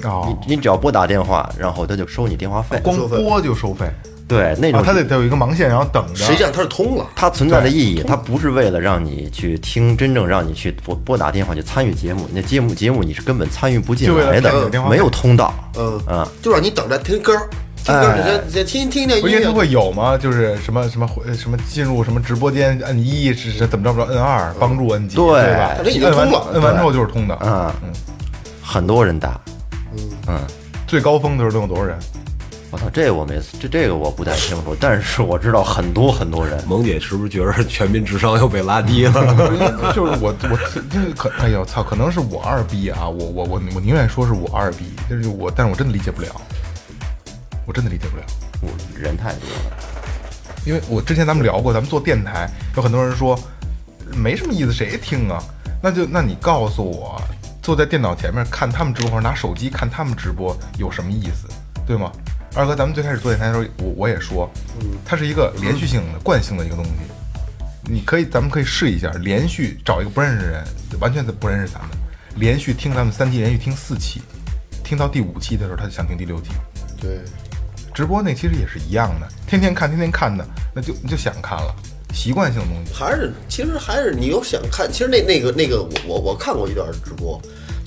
[SPEAKER 4] 哦，
[SPEAKER 6] 你你只要拨打电话，然后他就收你电话费。
[SPEAKER 4] 光播就收费，
[SPEAKER 6] 对，那
[SPEAKER 4] 啊
[SPEAKER 6] 种，
[SPEAKER 4] 它得得有一个盲线，然后等着
[SPEAKER 3] 实际，上他是通了。
[SPEAKER 6] 它存在的意义，它不是为了让你去听，真正让你去拨拨打电话去参与节目，那节目节目你是根本参与不进
[SPEAKER 4] 就为了
[SPEAKER 6] 来
[SPEAKER 4] 骗
[SPEAKER 6] 的
[SPEAKER 4] 你电，话费
[SPEAKER 6] 没有通道。
[SPEAKER 3] 嗯
[SPEAKER 4] 啊
[SPEAKER 6] 嗯，
[SPEAKER 3] 就让你等着听歌儿，听歌儿，你先先听听听
[SPEAKER 4] 哎不是因
[SPEAKER 3] 音
[SPEAKER 4] 为它
[SPEAKER 3] 乐。
[SPEAKER 4] 会有吗？就是什么什么回什么进入什么直播间摁一，是是怎么着不着摁二，帮助摁几，
[SPEAKER 6] 对
[SPEAKER 4] 对吧？
[SPEAKER 3] 它这已经
[SPEAKER 4] 摁完
[SPEAKER 3] 通了
[SPEAKER 4] 摁完
[SPEAKER 6] 对
[SPEAKER 4] 之后就是通的。
[SPEAKER 6] 嗯
[SPEAKER 4] 嗯，
[SPEAKER 6] 很多人打，
[SPEAKER 4] 最高峰的时候能有多少人？
[SPEAKER 6] 我操，这我没这这个我不太清楚，但是我知道很多很多人。
[SPEAKER 5] 萌姐是不是觉得全民智商又被拉低了？
[SPEAKER 4] 就是我我就是可哎呦操，可能是我二逼啊！我我我我宁愿说是我二逼，就是我，但是我真的理解不了，我真的理解不了，
[SPEAKER 6] 我人太多了，
[SPEAKER 4] 因为我之前咱们聊过，咱们做电台有很多人说没什么意思，谁听啊？那就那你告诉我，坐在电脑前面看他们直播，或者拿手机看他们直播有什么意思，对吗？二哥，咱们最开始做电台的时候，我我也说，它是一个连续性的、惯性的一个东西。你可以，咱们可以试一下，连续找一个不认识的人，完全不认识咱们，连续听咱们三期，连续听四期，听到第五期的时候，他就想听第六期。
[SPEAKER 3] 对，
[SPEAKER 4] 直播那其实也是一样的，天天看，天天看的，那就你就想看了，习惯性的东西。
[SPEAKER 3] 还是其实还是你有想看，其实那那个那个我我我看过一段直播，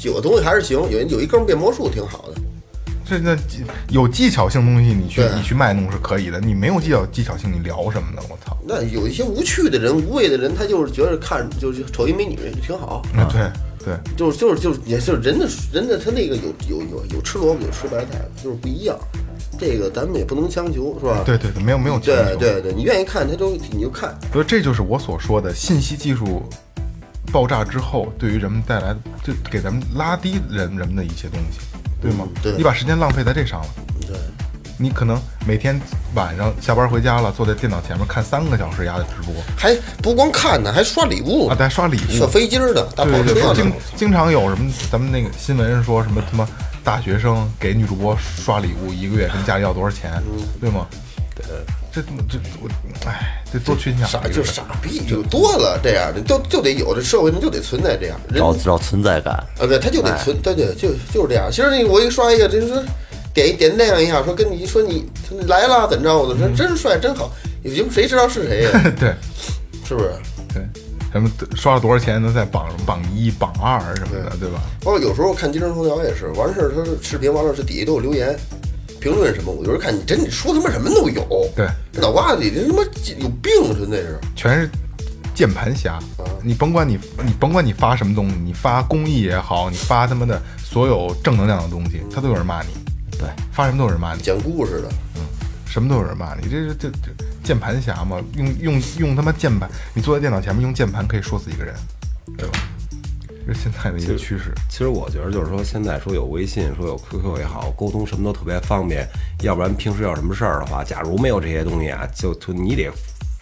[SPEAKER 3] 有的东西还是行，有有一哥们变魔术挺好的，
[SPEAKER 4] 这那技有技巧性的东西，你去
[SPEAKER 3] 对
[SPEAKER 4] 你去卖弄是可以的，你没有技巧技巧性，你聊什么呢？我操！
[SPEAKER 3] 那有一些无趣的人、无谓的人，他就是觉得看就是瞅一美女挺好，
[SPEAKER 4] 那对对，
[SPEAKER 3] 就是就是就是也就是人的人的他那个有有有有吃萝卜有吃白菜，就是不一样，这个咱们也不能强求，是吧？
[SPEAKER 4] 对对对，没有没有强
[SPEAKER 3] 对
[SPEAKER 4] 求。
[SPEAKER 3] 对对，你愿意看他就你就看，
[SPEAKER 4] 所以这就是我所说的信息技术爆炸之后，对于人们带来的，就给咱们拉低人人们的一些东西，对吗？
[SPEAKER 3] 嗯对
[SPEAKER 4] 你把时间浪费在这上了，
[SPEAKER 3] 对，
[SPEAKER 4] 你可能每天晚上下班回家了，坐在电脑前面看三个小时丫的直播
[SPEAKER 3] 还不光看呢，还刷礼物
[SPEAKER 4] 啊，
[SPEAKER 3] 呢，
[SPEAKER 4] 再刷礼物
[SPEAKER 3] 小，飞机儿的，大跑
[SPEAKER 4] 对对
[SPEAKER 3] 车
[SPEAKER 4] 对，经
[SPEAKER 3] 呢。
[SPEAKER 4] 经常有什么咱们那个新闻说什么他妈大学生给女主播刷礼物，一个月跟家里要多少钱，
[SPEAKER 3] 嗯
[SPEAKER 4] 对吗？这这我哎，这多缺心眼
[SPEAKER 3] 傻
[SPEAKER 4] 儿一个
[SPEAKER 3] 就
[SPEAKER 4] 人
[SPEAKER 3] 傻逼有多了这样的，就就得有的社会上就得存在这样人
[SPEAKER 6] 找找存在感。
[SPEAKER 3] 啊，对，他就得存，对对，就就是这样。其实那个我一刷一个，真说点一点亮一下，说跟你说你说来了怎么着？我
[SPEAKER 4] 嗯
[SPEAKER 3] 说真帅真好，有些谁知道是谁呀？
[SPEAKER 4] 对
[SPEAKER 3] 是不是？
[SPEAKER 4] 对，什么刷了多少钱能在榜什么榜一、榜二什么的，对吧？
[SPEAKER 3] 包哦括有时候看今日头条也是，完事儿他视频完了是底下都有留言。评论什么？我有时候看你真你说他妈什么都有，
[SPEAKER 4] 对
[SPEAKER 3] 这脑瓜子里这他妈有病似的那是。
[SPEAKER 4] 全是键盘侠。
[SPEAKER 3] 啊
[SPEAKER 4] 你甭管你你甭管你发什么东西，你发公益也好，你发他妈的所有正能量的东西，他都有人骂你。
[SPEAKER 6] 对，
[SPEAKER 4] 发什么都有人骂你。
[SPEAKER 3] 讲故事的，
[SPEAKER 4] 什么都有人骂你，这是这这键盘侠嘛？用用用他妈键盘，你坐在电脑前面用键盘可以说死一个人，对吧？这是现在的一个趋势。
[SPEAKER 5] 其实我觉得就是说，现在说有微信，说有 QQ 也好，沟通什么都特别方便。要不然平时有什么事儿的话，假如没有这些东西啊，就就你得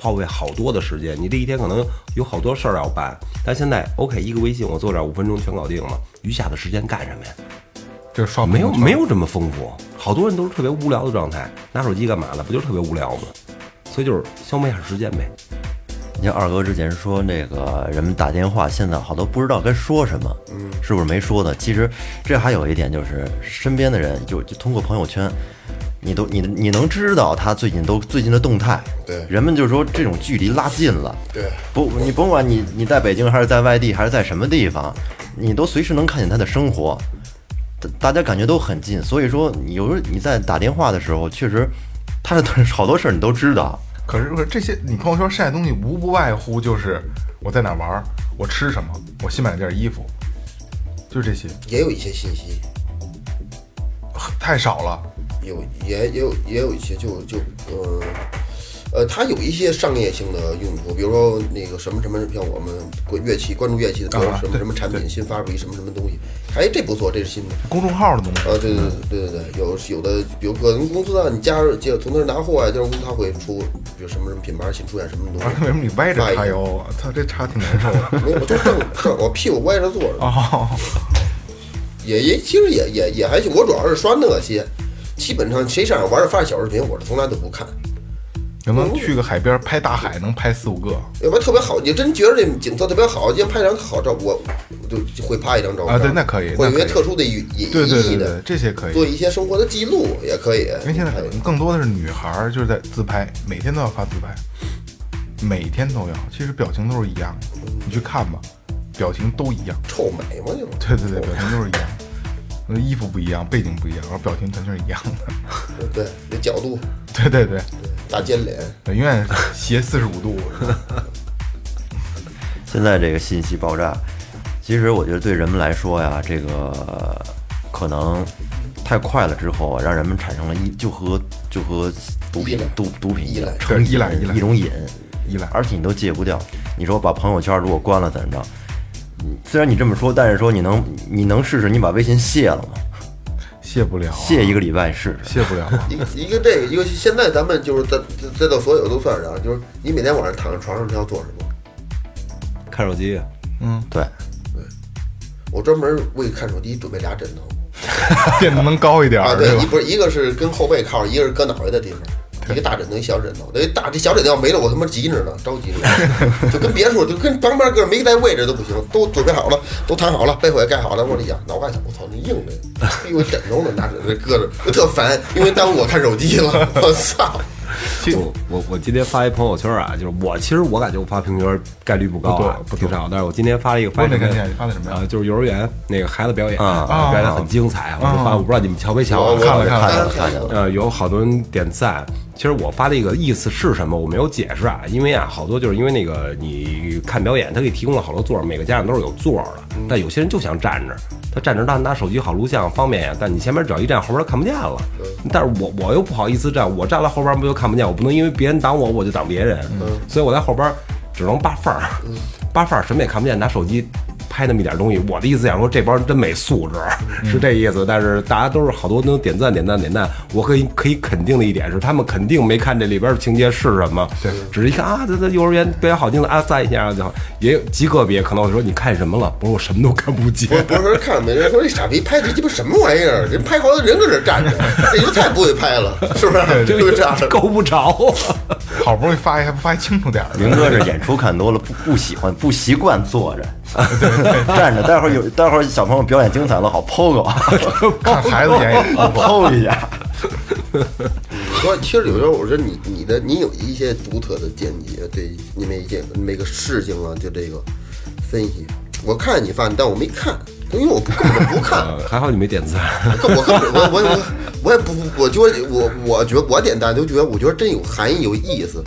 [SPEAKER 5] 耗费好多的时间，你这一天可能有好多事儿要办。但现在 OK，一个微信我做点五分钟全搞定了，余下的时间干什么呀？
[SPEAKER 4] 就是刷
[SPEAKER 5] 没有
[SPEAKER 4] 朋友圈
[SPEAKER 5] 没有这么丰富，好多人都是特别无聊的状态，拿手机干嘛呢？不就特别无聊吗？所以就是消磨一下时间呗。
[SPEAKER 6] 你像二哥之前说那个人们打电话，现在好多不知道该说什么，嗯，是不是没说的？其实这还有一点就是，身边的人就就通过朋友圈，你都你你能知道他最近都最近的动态，
[SPEAKER 3] 对
[SPEAKER 6] 人们就说这种距离拉近了，
[SPEAKER 3] 对，
[SPEAKER 6] 不，你甭管你你在北京还是在外地还是在什么地方，你都随时能看见他的生活，大大家感觉都很近，所以说你有时候你在打电话的时候，确实他的 好多事儿你都知道，
[SPEAKER 4] 可是可是这些你朋友圈晒的东西无不外乎就是我在哪儿玩儿，我吃什么，我新买了件衣服，就这些，
[SPEAKER 3] 也有一些信息，
[SPEAKER 4] 太少了。
[SPEAKER 3] 有也也有也有一些就就呃呃，它有一些商业性的用途，比如说那个什么什么，像我们关乐器关注乐器的，比如
[SPEAKER 4] 啊
[SPEAKER 3] 什么
[SPEAKER 4] 对
[SPEAKER 3] 什么产
[SPEAKER 4] 对
[SPEAKER 3] 品新发布一什么什么东西，哎，这不错，这是新的。
[SPEAKER 4] 公众号的东西，
[SPEAKER 3] 啊，对对对对对对，有有的，比如个人公司啊，你加入就从那儿拿货啊，就是他会出，比如什么什么品牌新出现什么东
[SPEAKER 4] 完
[SPEAKER 3] 西
[SPEAKER 4] 了，为什么啊你歪着
[SPEAKER 3] 卖
[SPEAKER 4] 插腰 啊？操，这插挺难受的。
[SPEAKER 3] 没有，我就正正我屁股歪着坐着，
[SPEAKER 4] 哦，
[SPEAKER 3] 也也其实也也也还行，我主要是刷那些，基本上谁上网玩儿发小视频，我是从来都不看。
[SPEAKER 4] 能不能去个海边拍大海，能拍四五个
[SPEAKER 3] 要不然特别好，你真觉得这景色特别好，今天拍张好照，我我就就会拍一张照片
[SPEAKER 4] 啊对那可以
[SPEAKER 3] 会有一
[SPEAKER 4] 那可
[SPEAKER 3] 些
[SPEAKER 4] 以
[SPEAKER 3] 特殊的意意
[SPEAKER 4] 对对
[SPEAKER 3] 意义
[SPEAKER 4] 对
[SPEAKER 3] 的
[SPEAKER 4] 对，，这些可以。
[SPEAKER 3] 做一些生活的记录也可以。
[SPEAKER 4] 因为现在可能更多的是女孩儿，就是在自拍，每天都要发自拍，每天都要，其实表情都是一样的，你去看吧，表情都一样。
[SPEAKER 3] 臭美嘛，
[SPEAKER 4] 对
[SPEAKER 3] 就是
[SPEAKER 4] 对对，表情都是一样，呃衣服不一样，背景不一样，然后表情全是一样的。
[SPEAKER 3] 对，那角度
[SPEAKER 4] 对对对，
[SPEAKER 3] 大尖脸，
[SPEAKER 4] 永远斜四十五度。
[SPEAKER 6] 现在这个信息爆炸，其实我觉得对人们来说呀，这个可能太快了，之后啊让人们产生了依就和就和毒
[SPEAKER 3] 依
[SPEAKER 6] 品
[SPEAKER 3] 赖
[SPEAKER 6] 毒毒品一样，
[SPEAKER 3] 依
[SPEAKER 4] 赖依赖依赖
[SPEAKER 6] 一种瘾，
[SPEAKER 4] 依赖
[SPEAKER 6] 而且你都戒不掉。你说把朋友圈如果关了怎么着？嗯虽然你这么说，但是说你能你能试试你把微信卸了吗？
[SPEAKER 4] 哦卸不了、啊，
[SPEAKER 6] 卸一个礼拜试试。
[SPEAKER 4] 卸不了、啊。
[SPEAKER 3] 一个一个这个，一个现在咱们就是在在在到所有都算上，就是你每天晚上躺在床上，你要做什么？
[SPEAKER 5] 看手机，啊
[SPEAKER 4] 嗯，
[SPEAKER 6] 对，
[SPEAKER 3] 我专门为看手机准备俩枕头
[SPEAKER 4] 变得能高一点
[SPEAKER 3] 啊，
[SPEAKER 4] 儿，
[SPEAKER 3] 对，一
[SPEAKER 4] 是吧？
[SPEAKER 3] 不是一个是跟后背靠，一个是搁脑袋的地方。一个大枕头，一小枕头，那大这小枕头要没了，我他妈急着呢，着急着，就跟别处，就跟旁边个没在位置都不行，都准备好了，都躺好了，被子也盖好了，往里仰，脑瓜想，我操，那硬的，哎呦，枕头呢，拿枕头搁着，我特烦，因为耽误我看手机了，我操，
[SPEAKER 5] 我我我今天发一朋友圈啊，就是我其实我感觉我发朋友圈概率不高啊，
[SPEAKER 4] 不多不多
[SPEAKER 5] 挺少。但是我今天发了一个，发
[SPEAKER 4] 我
[SPEAKER 5] 什
[SPEAKER 4] 没
[SPEAKER 5] 么
[SPEAKER 4] 看
[SPEAKER 5] 呀
[SPEAKER 4] 见你发的什么呀
[SPEAKER 5] 啊，就是幼儿园那个孩子表演
[SPEAKER 6] 啊
[SPEAKER 5] 表演很精彩。我就发，我不知道你们瞧没瞧啊，
[SPEAKER 3] 我
[SPEAKER 4] 看了看
[SPEAKER 6] 看见
[SPEAKER 3] 了
[SPEAKER 6] 了看见了，
[SPEAKER 5] 呃，有好多人点赞。其实我发这个意思是什么，我没有解释啊，因为啊，好多就是因为那个你看表演，他给提供了好多座儿，每个家长都是有座儿的，但有些人就想站着，他站着他拿手机好录像方便呀，但你前面只要一站，后边看不见了。但是我我又不好意思站，我站了后边不就看不见，我不能因为别人挡我我就挡别人，所以我在后边只能扒缝儿，扒缝儿什么也看不见，拿手机。拍那么一点东西。我的意思想说，这帮人真没素质，是这意思。但是大家都是好多都点赞点赞点赞。我可以 可以肯定的一点是，他们肯定没看这里边的情节是什么，对，只是一看啊，这这幼儿园表演好听的啊，赞一下就好。也有极个别可能我说你看什么了？不是我什么都看不见
[SPEAKER 3] 不。是 不是说看没人说这傻逼拍这鸡巴什么玩意儿？人拍好多人搁这站着，这就太不会拍了，是不是？
[SPEAKER 5] 这
[SPEAKER 3] 就这样。
[SPEAKER 5] 够不着
[SPEAKER 4] 好不容易发一，还不发一清楚点儿 的
[SPEAKER 6] 明哥这演出看多了，不不喜欢，不习惯坐着，站着。待会儿有，待会儿小朋友表演精彩了，好 POGO，
[SPEAKER 4] 看孩子演 也
[SPEAKER 6] PO 一下。
[SPEAKER 3] 你说，其实有时候我说你你的你有一些独特的见解，对你每一件每个事情啊，就这个分析。我看你发，但我没看，因为我不根本不看，
[SPEAKER 5] 呃还好你没点赞。
[SPEAKER 3] 我根本我我我我也不我觉得我我觉得我点赞就觉得我觉得真有含义有意思，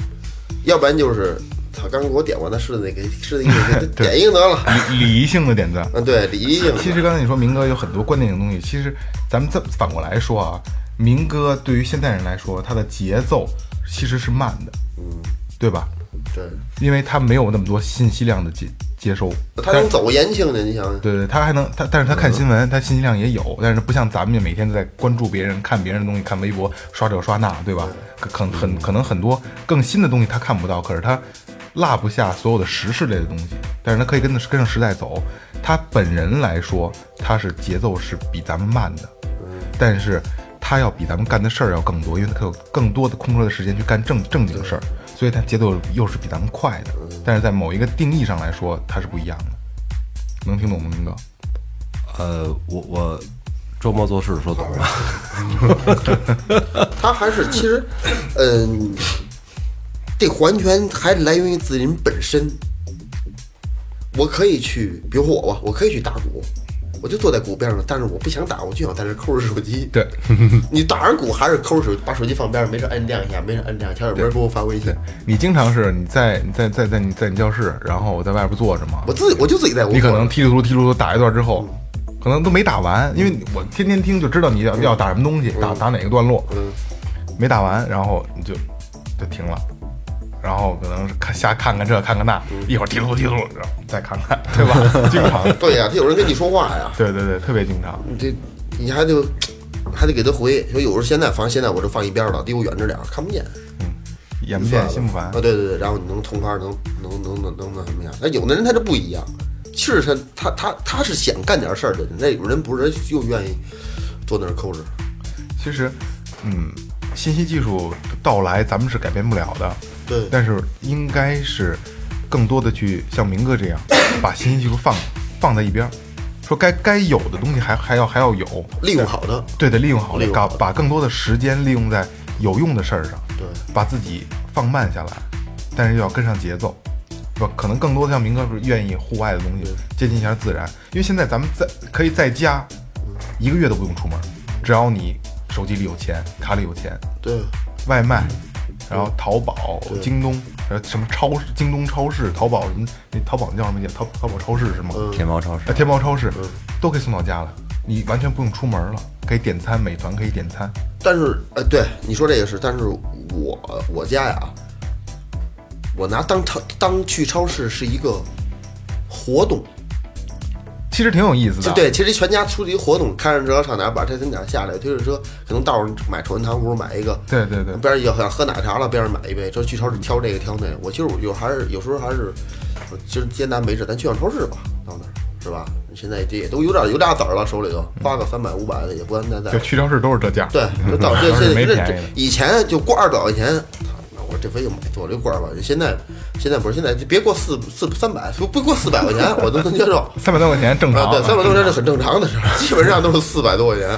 [SPEAKER 3] 要不然就是他刚给我点完的是那个是那个点一个得了，
[SPEAKER 4] 礼礼仪性的点赞。
[SPEAKER 3] 嗯对，理性
[SPEAKER 4] 其实刚才你说明哥有很多观点性的东西，其实咱们这反过来说啊，明哥对于现代人来说，他的节奏其实是慢的，对吧？
[SPEAKER 3] 对，
[SPEAKER 4] 因为他没有那么多信息量的接接收，
[SPEAKER 3] 他能走言情的，你想想。
[SPEAKER 4] 对对，他还能他，但是他看新闻，他信息量也有，但是不像咱们就每天都在关注别人、看别人的东西、看微博、刷这刷那，对吧？可可很可能很多更新的东西他看不到，可是他落不下所有的时事类的东西，但是他可以跟着跟上时代走。他本人来说，他是节奏是比咱们慢的，但是。他要比咱们干的事儿要更多，因为他有更多的空出来的时间去干正正经事儿，所以他节奏又是比咱们快的。但是在某一个定义上来说，它是不一样的。能听懂吗，明哥？
[SPEAKER 5] 呃，我我周末做事说懂了，
[SPEAKER 3] 他还 是其实，嗯，这还权还来源于自己人本身。我可以去，比如说我吧，我可以去打鼓，我就坐在鼓边上，但是我不想打，我就想在这抠着手机。
[SPEAKER 4] 对，
[SPEAKER 3] 你打着鼓还是抠着手，把手机放边上，没事摁亮一下，没事摁亮一下，小有人给我发微信
[SPEAKER 4] 对，你经常是你在你在在在你在你教室，然后我在外边坐着嘛，
[SPEAKER 3] 我自己我就自己在屋。
[SPEAKER 4] 你可能踢噜噜踢噜噜打一段之后，可能都没打完，因为我天天听就知道你要要打什么东西，打打哪个段落，没打完，然后你就就停了。然后可能是看瞎看看这看看那，一会儿踢噜噜踢噜噜，然后再看看，对吧？经常，
[SPEAKER 3] 对呀、他有人跟你说话呀，
[SPEAKER 4] 对对对，特别经常。
[SPEAKER 3] 你这你还得还得给他回。说有时候现在反正现在我就放一边儿了，离我远着点儿，看不见。
[SPEAKER 4] 眼不见心不烦
[SPEAKER 3] 啊，，对对对，然后你能同行，能能能能能那什么样？那有的人他就不一样，其实他他他他是想干点事儿的，那种人不是人就愿意坐那儿抠着。
[SPEAKER 4] 其实，嗯，信息技术到来咱们是改变不了的，
[SPEAKER 3] 对
[SPEAKER 4] 但是应该是更多的去像明哥这样，把信息技术放放在一边儿，说该该有的东西还还要还要有，
[SPEAKER 3] 利用好的，
[SPEAKER 4] 对的，利用好
[SPEAKER 3] 利
[SPEAKER 4] 了，
[SPEAKER 3] 用
[SPEAKER 4] 把
[SPEAKER 3] 好
[SPEAKER 4] 把更多的时间利用在有用的事儿上，
[SPEAKER 3] 对，
[SPEAKER 4] 把自己放慢下来，但是又要跟上节奏，对吧？可能更多的像明哥是愿意户外的东西，接近一下自然，因为现在咱们在可以在家一个月都不用出门，只要你手机里有钱，卡里有钱，
[SPEAKER 3] 对，
[SPEAKER 4] 外卖，
[SPEAKER 3] 嗯
[SPEAKER 4] 然后淘宝、京东，然后什么超市、京东超市、淘宝什么，那淘宝那叫什么？叫淘淘宝超市是
[SPEAKER 3] 嗯
[SPEAKER 4] 吗？
[SPEAKER 6] 天猫超市
[SPEAKER 4] 啊，天猫超市都可以送到家了，你完全不用出门了，可以点餐，美团可以点餐，
[SPEAKER 3] 但是呃，对你说这个是，但是我我家呀，我拿当超当去超市是一个活动，
[SPEAKER 4] 其实挺有意思
[SPEAKER 3] 这
[SPEAKER 4] 的。
[SPEAKER 3] 对，其实全家出去活动，开上车上哪儿，把这三点下来，推着车，可能道上买口香糖葫芦买一个，
[SPEAKER 4] 对对对
[SPEAKER 3] 边上要想喝奶茶了，边上买一杯，这去超市挑这个挑那个。我其实我有还是有时候还是，我今儿艰难没事，咱去趟超市吧，到那儿是吧？现在这也都有点有俩子儿了，手里头花个三百五百的也不安在在
[SPEAKER 4] 嗯啊就。去超市都是这价，
[SPEAKER 3] 对，就到这
[SPEAKER 4] 超市
[SPEAKER 3] 这
[SPEAKER 4] 没
[SPEAKER 3] 这
[SPEAKER 4] 便宜
[SPEAKER 3] 这
[SPEAKER 4] 的
[SPEAKER 3] 以前就过二百块钱，操那我这回就买左这罐儿吧。现在现在不是现在就别过四四三百，不不过四百块钱我都能接受。
[SPEAKER 4] 三百多块钱正常
[SPEAKER 3] 啊，
[SPEAKER 4] 啊。
[SPEAKER 3] 对，三百多块钱是很正常的事儿， 基本上都是四百多块钱，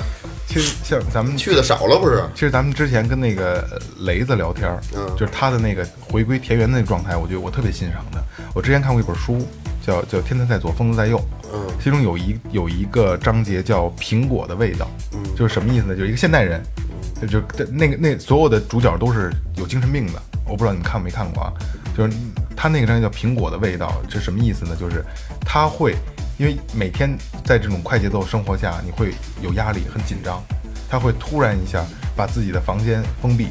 [SPEAKER 4] 其实像咱们
[SPEAKER 3] 去的少了不是？
[SPEAKER 4] 其实咱们之前跟那个呃雷子聊天儿，
[SPEAKER 3] 嗯
[SPEAKER 4] 就是他的那个回归田园的那个状态，我觉得我特别欣赏的。我之前看过一本书，叫叫《天才在左，疯子在右》，
[SPEAKER 3] 嗯
[SPEAKER 4] 其中有一有一个章节叫“苹果的味道”，
[SPEAKER 3] 嗯
[SPEAKER 4] 就是什么意思呢？就是一个现代人，就就那个那所有的主角都是有精神病的，我不知道你们看没看过啊？就是他那个章节叫“苹果的味道”，是什么意思呢？就是他会。因为每天在这种快节奏生活下，你会有压力，很紧张，他会突然一下把自己的房间封闭，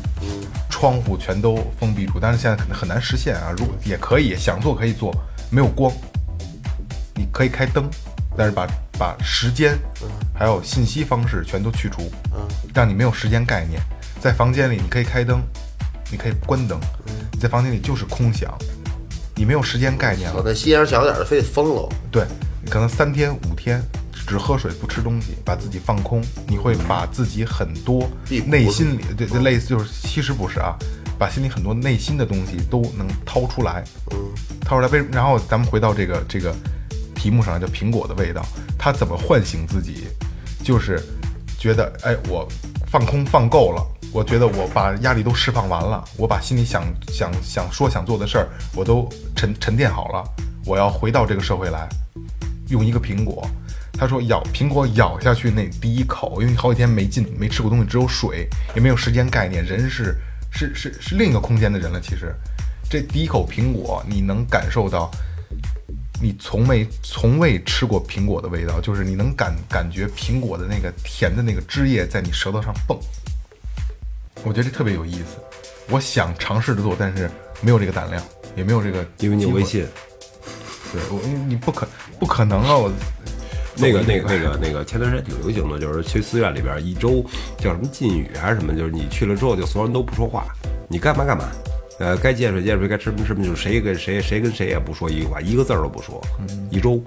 [SPEAKER 4] 窗户全都封闭住。但是现在可能很难实现啊，如果也可以想做可以做，没有光，你可以开灯，但是把把时间还有信息方式全都去除，让你没有时间概念。在房间里你可以开灯，你可以关灯，你在房间里就是空想，你没有时间概念了
[SPEAKER 3] 我。那西洋小点儿非得疯了，
[SPEAKER 4] 对，可能三天五天只喝水不吃东西，把自己放空，你会把自己很多
[SPEAKER 3] 地
[SPEAKER 4] 内
[SPEAKER 3] 骨
[SPEAKER 4] 心里对对类似就是其实不是啊，把心里很多内心的东西都能掏出来，掏出来为然后咱们回到这个这个题目上来叫苹果的味道，他怎么唤醒自己，就是觉得哎我放空放够了。我觉得我把压力都释放完了，我把心里想想想说想做的事儿，我都沉沉淀好了。我要回到这个社会来，用一个苹果。他说咬苹果咬下去那第一口，因为好几天没进没吃过东西，只有水，也没有时间概念，人是是是是另一个空间的人了。其实，这第一口苹果，你能感受到你从没从未吃过苹果的味道，就是你能感感觉苹果的那个甜的那个汁液在你舌头上蹦。我觉得这特别有意思，我想尝试着做，但是没有这个胆量，也没有这个
[SPEAKER 5] 因为你有
[SPEAKER 4] 机会
[SPEAKER 5] 微信。
[SPEAKER 4] 对我，你你不可不可能啊！我
[SPEAKER 5] 那个、那个、那个、那个，前段时间挺流行的，就是去寺院里边一周叫什么禁语还是什么，就是你去了之后就所有人都不说话，你干嘛干嘛，呃，该接嗯水接水，该吃什么吃什么，就是谁跟谁谁跟谁也不说一句话，一个字儿都不说，一周。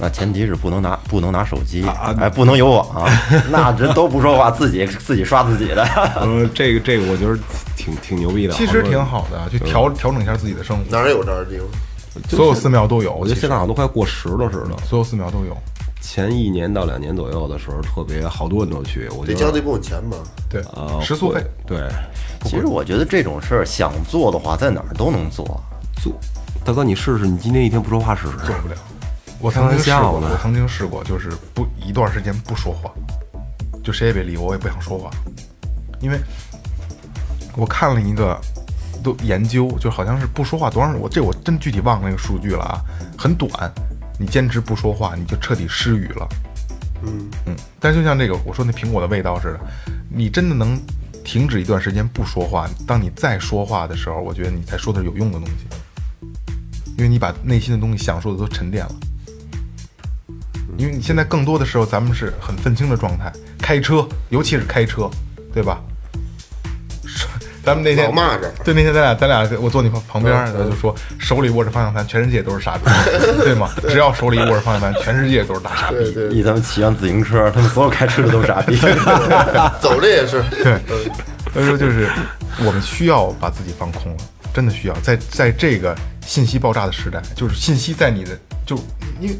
[SPEAKER 6] 那啊前提是不能拿不能拿手机，哎，不能有网、那人都不说话，自己自己刷自己的。
[SPEAKER 5] 呃， 这个这个我觉得挺挺牛逼的，
[SPEAKER 4] 其
[SPEAKER 5] 好
[SPEAKER 4] 实
[SPEAKER 5] 多
[SPEAKER 4] 挺。好的，去调调整一下自己的生
[SPEAKER 3] 哪
[SPEAKER 4] 活，
[SPEAKER 3] 儿有这样的地方？
[SPEAKER 4] 所有寺庙都有。
[SPEAKER 5] 我觉
[SPEAKER 4] 其
[SPEAKER 5] 得
[SPEAKER 4] 实
[SPEAKER 5] 现在好像都快过时了似的。
[SPEAKER 4] 所有寺庙都有，
[SPEAKER 5] 前一年到两年左右的时候，特别好多人都去，我
[SPEAKER 3] 得
[SPEAKER 5] 觉
[SPEAKER 3] 交
[SPEAKER 5] 得
[SPEAKER 3] 这部分钱吧。
[SPEAKER 4] 对
[SPEAKER 5] 呃，
[SPEAKER 4] 食宿费
[SPEAKER 5] 会对
[SPEAKER 6] 其实我觉得这种事儿想做的话，在哪儿都能做。
[SPEAKER 5] 做。大哥，你试试，你今天一天不说话试试。
[SPEAKER 4] 做不了。我曾经试
[SPEAKER 5] 开玩
[SPEAKER 4] 过，
[SPEAKER 5] 笑呢
[SPEAKER 4] 我曾经试过，就是不一段时间不说话，就谁也别理我，我也不想说话，因为我看了一个都研究，就好像是不说话多长时间，我这我真具体忘了那个数据了啊，很短，你坚持不说话，你就彻底失语了。嗯，但就像这个我说那苹果的味道似的，你真的能停止一段时间不说话，当你再说话的时候，我觉得你才说的是有用的东西，因为你把内心的东西想说的都沉淀了。因为你现在更多的时候，咱们是很愤青的状态，开车，尤其是开车，对吧？ 咱们那天
[SPEAKER 3] 老骂着嗯
[SPEAKER 4] 对那天咱俩咱俩我坐你旁旁边，然后就说手里握着方向盘，全世界都是傻逼， 对吗？只要手里握着方向盘，全世界都是大傻逼。
[SPEAKER 3] 对对，
[SPEAKER 6] 一咱们骑上自行车，他们所有开车的都是傻逼。
[SPEAKER 3] 走这也是。
[SPEAKER 4] 对，所以说就是我们需要把自己放空了，真的需要在在这个信息爆炸的时代，就是信息在你的就因为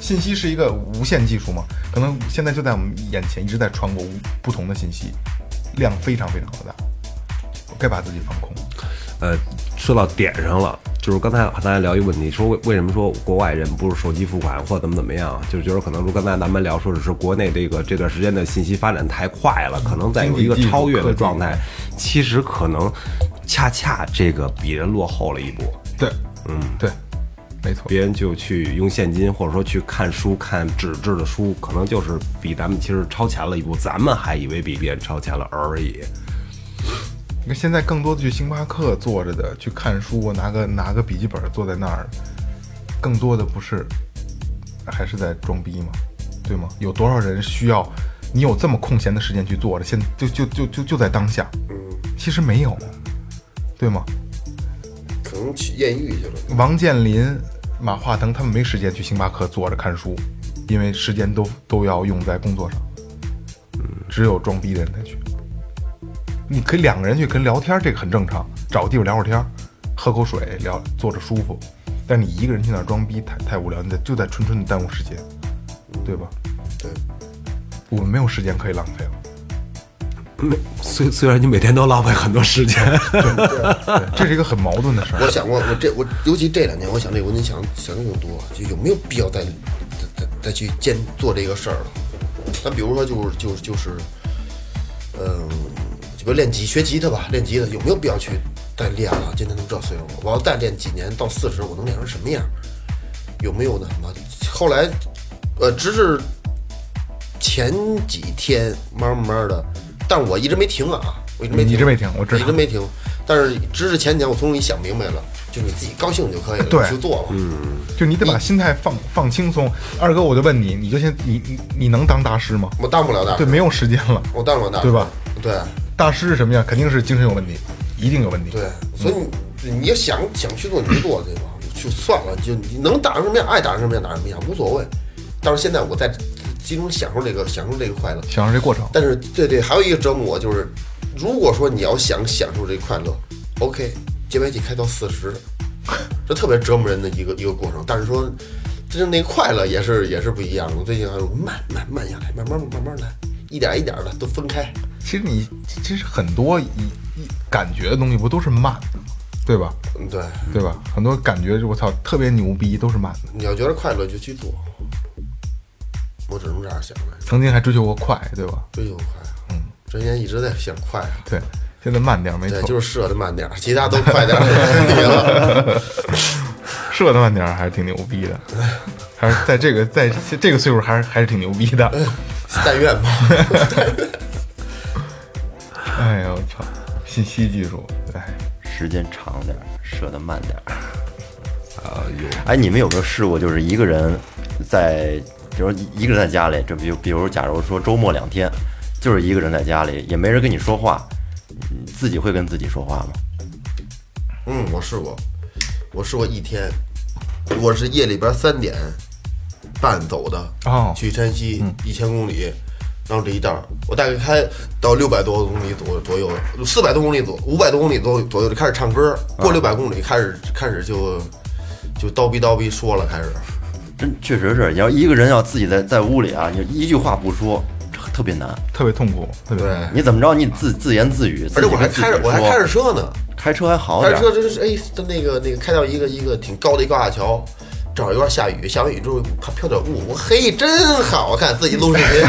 [SPEAKER 4] 信息是一个无限技术嘛，可能现在就在我们眼前一直在穿过无不同的信息，量非常非常的大，该把自己放空。
[SPEAKER 5] 呃，说到点上了，就是刚才和大家聊一个问题，说为为什么说国外人不是手机付款或怎么怎么样，就是觉得可能说刚才咱们聊说的是国内这个这段时间的信息发展太快了，可能在有一个
[SPEAKER 4] 经济技术
[SPEAKER 5] 超越
[SPEAKER 4] 科
[SPEAKER 5] 的
[SPEAKER 4] 技
[SPEAKER 5] 状态，其实可能恰恰这个比人落后了一步。
[SPEAKER 4] 对，嗯，对，没错。
[SPEAKER 5] 别人就去用现金，或者说去看书、看纸质的书，可能就是比咱们其实超前了一步，咱们还以为比别人超前了而已。
[SPEAKER 4] 你看现在更多的去星巴克坐着的，去看书，拿个拿个笔记本坐在那儿，更多的不是还是在装逼吗？对吗？有多少人需要你有这么空闲的时间去坐着？现就就就就就在当下，其实没有，对吗？
[SPEAKER 3] 可能去艳遇去了。
[SPEAKER 4] 王健林、马化腾他们没时间去星巴克坐着看书，因为时间都都要用在工作上。只有装逼的人才去。你可以两个人去跟人聊天，这个很正常，找个地方聊会儿天，喝口水，聊坐着舒服。但你一个人去那儿装逼太太无聊，你在就在纯纯的耽误时间，对吧？
[SPEAKER 3] 对，
[SPEAKER 4] 我们没有时间可以浪费了。
[SPEAKER 5] 虽虽然你每天都浪费很多时间，
[SPEAKER 4] 对，这是一个很矛盾的事儿。
[SPEAKER 3] 我想过，我这我尤其这两年，我想这个问题想想的更多，就有没有必要再再再再去兼做这个事儿了？咱比如说就是就是就是，嗯，就比如练吉学吉他吧，练吉他有没有必要去再练了？今天都这岁数了，我要再练几年到四十，我能练成什么样？有没有那什么？后来，呃，直至呃前几天，慢慢的，但是我一直没停啊，我一直没停，
[SPEAKER 4] 你一直没停我知道
[SPEAKER 3] 一直没停。但是直至前年，我终于想明白了，就是你自己高兴就可以了，
[SPEAKER 4] 对嗯
[SPEAKER 3] 就做了。
[SPEAKER 4] 就你得把心态放放轻松。二哥，我就问你，你就先你你你能当大师吗？
[SPEAKER 3] 我当不了大
[SPEAKER 4] 对，
[SPEAKER 3] 师，
[SPEAKER 4] 没有时间了。
[SPEAKER 3] 我当不了大师，
[SPEAKER 4] 对吧？
[SPEAKER 3] 对
[SPEAKER 4] 大师是什么样？肯定是精神有问题，一定有问题。
[SPEAKER 3] 对，所以你你要想想去做你就做，对吧？就算了，就你能打成什么样，爱打成什么样打成什么样，无所谓。但是现在我在其中享受这个享受这个快乐，
[SPEAKER 4] 享受这过程。
[SPEAKER 3] 但是对对，还有一个折磨就是，如果说你要想享受这快乐，OK，节拍器开到四十， 这特别折磨人的一个一个过程。但是说，真正那个快乐也是也是不一样的。我最近还有慢慢慢下来，慢慢慢慢来，一点一点的都分开。
[SPEAKER 4] 其实你其实很多一一感觉的东西不都是慢的吗？对吧？
[SPEAKER 3] 嗯，对，
[SPEAKER 4] 对吧？很多感觉我操特别牛逼都是慢的。
[SPEAKER 3] 你要觉得快乐就去做，我只能这样想了，
[SPEAKER 4] 曾经还追求过快，对吧？
[SPEAKER 3] 追求快。嗯，之前一直在想快啊，
[SPEAKER 4] 对，现在慢点儿没错
[SPEAKER 3] 对，，就是射的慢点儿，其他都 快点儿别了。
[SPEAKER 4] 射的慢点儿还是挺牛逼的，还是在这个在这个岁数还是还是挺牛逼的。
[SPEAKER 3] 但愿吧。
[SPEAKER 4] 哎呦我操，信息技术，哎，
[SPEAKER 6] 时间长点儿，射得慢点儿。啊哎，你们有没有试过，就是一个人在，比如一个人在家里，这比如比如假如说周末两天，就是一个人在家里，也没人跟你说话，你自己会跟自己说话吗？
[SPEAKER 3] 嗯，我试过，我试过一天，我是夜里边三点半走的
[SPEAKER 4] 哦
[SPEAKER 3] 去山西
[SPEAKER 6] 嗯
[SPEAKER 3] 一千公里，然后这一道儿我大概开到六百多公里左左右，四百多公里左五百多公里左右左右就开始唱歌，
[SPEAKER 6] 啊
[SPEAKER 3] 过六百公里开始开始就就叨逼叨逼说了，开始
[SPEAKER 6] 真确实是，你要一个人要自己在在屋里啊，你一句话不说，特别难。
[SPEAKER 4] 特别痛苦，特别
[SPEAKER 3] 对，
[SPEAKER 6] 你怎么着，你自自言自语，
[SPEAKER 3] 而且我还
[SPEAKER 6] 自己
[SPEAKER 3] 开着
[SPEAKER 6] 跟自己
[SPEAKER 3] 我还
[SPEAKER 6] 说
[SPEAKER 3] 开着车呢，
[SPEAKER 6] 开车还好
[SPEAKER 3] 开
[SPEAKER 6] 点
[SPEAKER 3] 着
[SPEAKER 6] 儿，
[SPEAKER 3] 车就是哎，他那个那个开到一个一个挺高的一高架桥，正好一块下雨，下完雨之后它飘点雾，我嘿，真好看，自己录视频，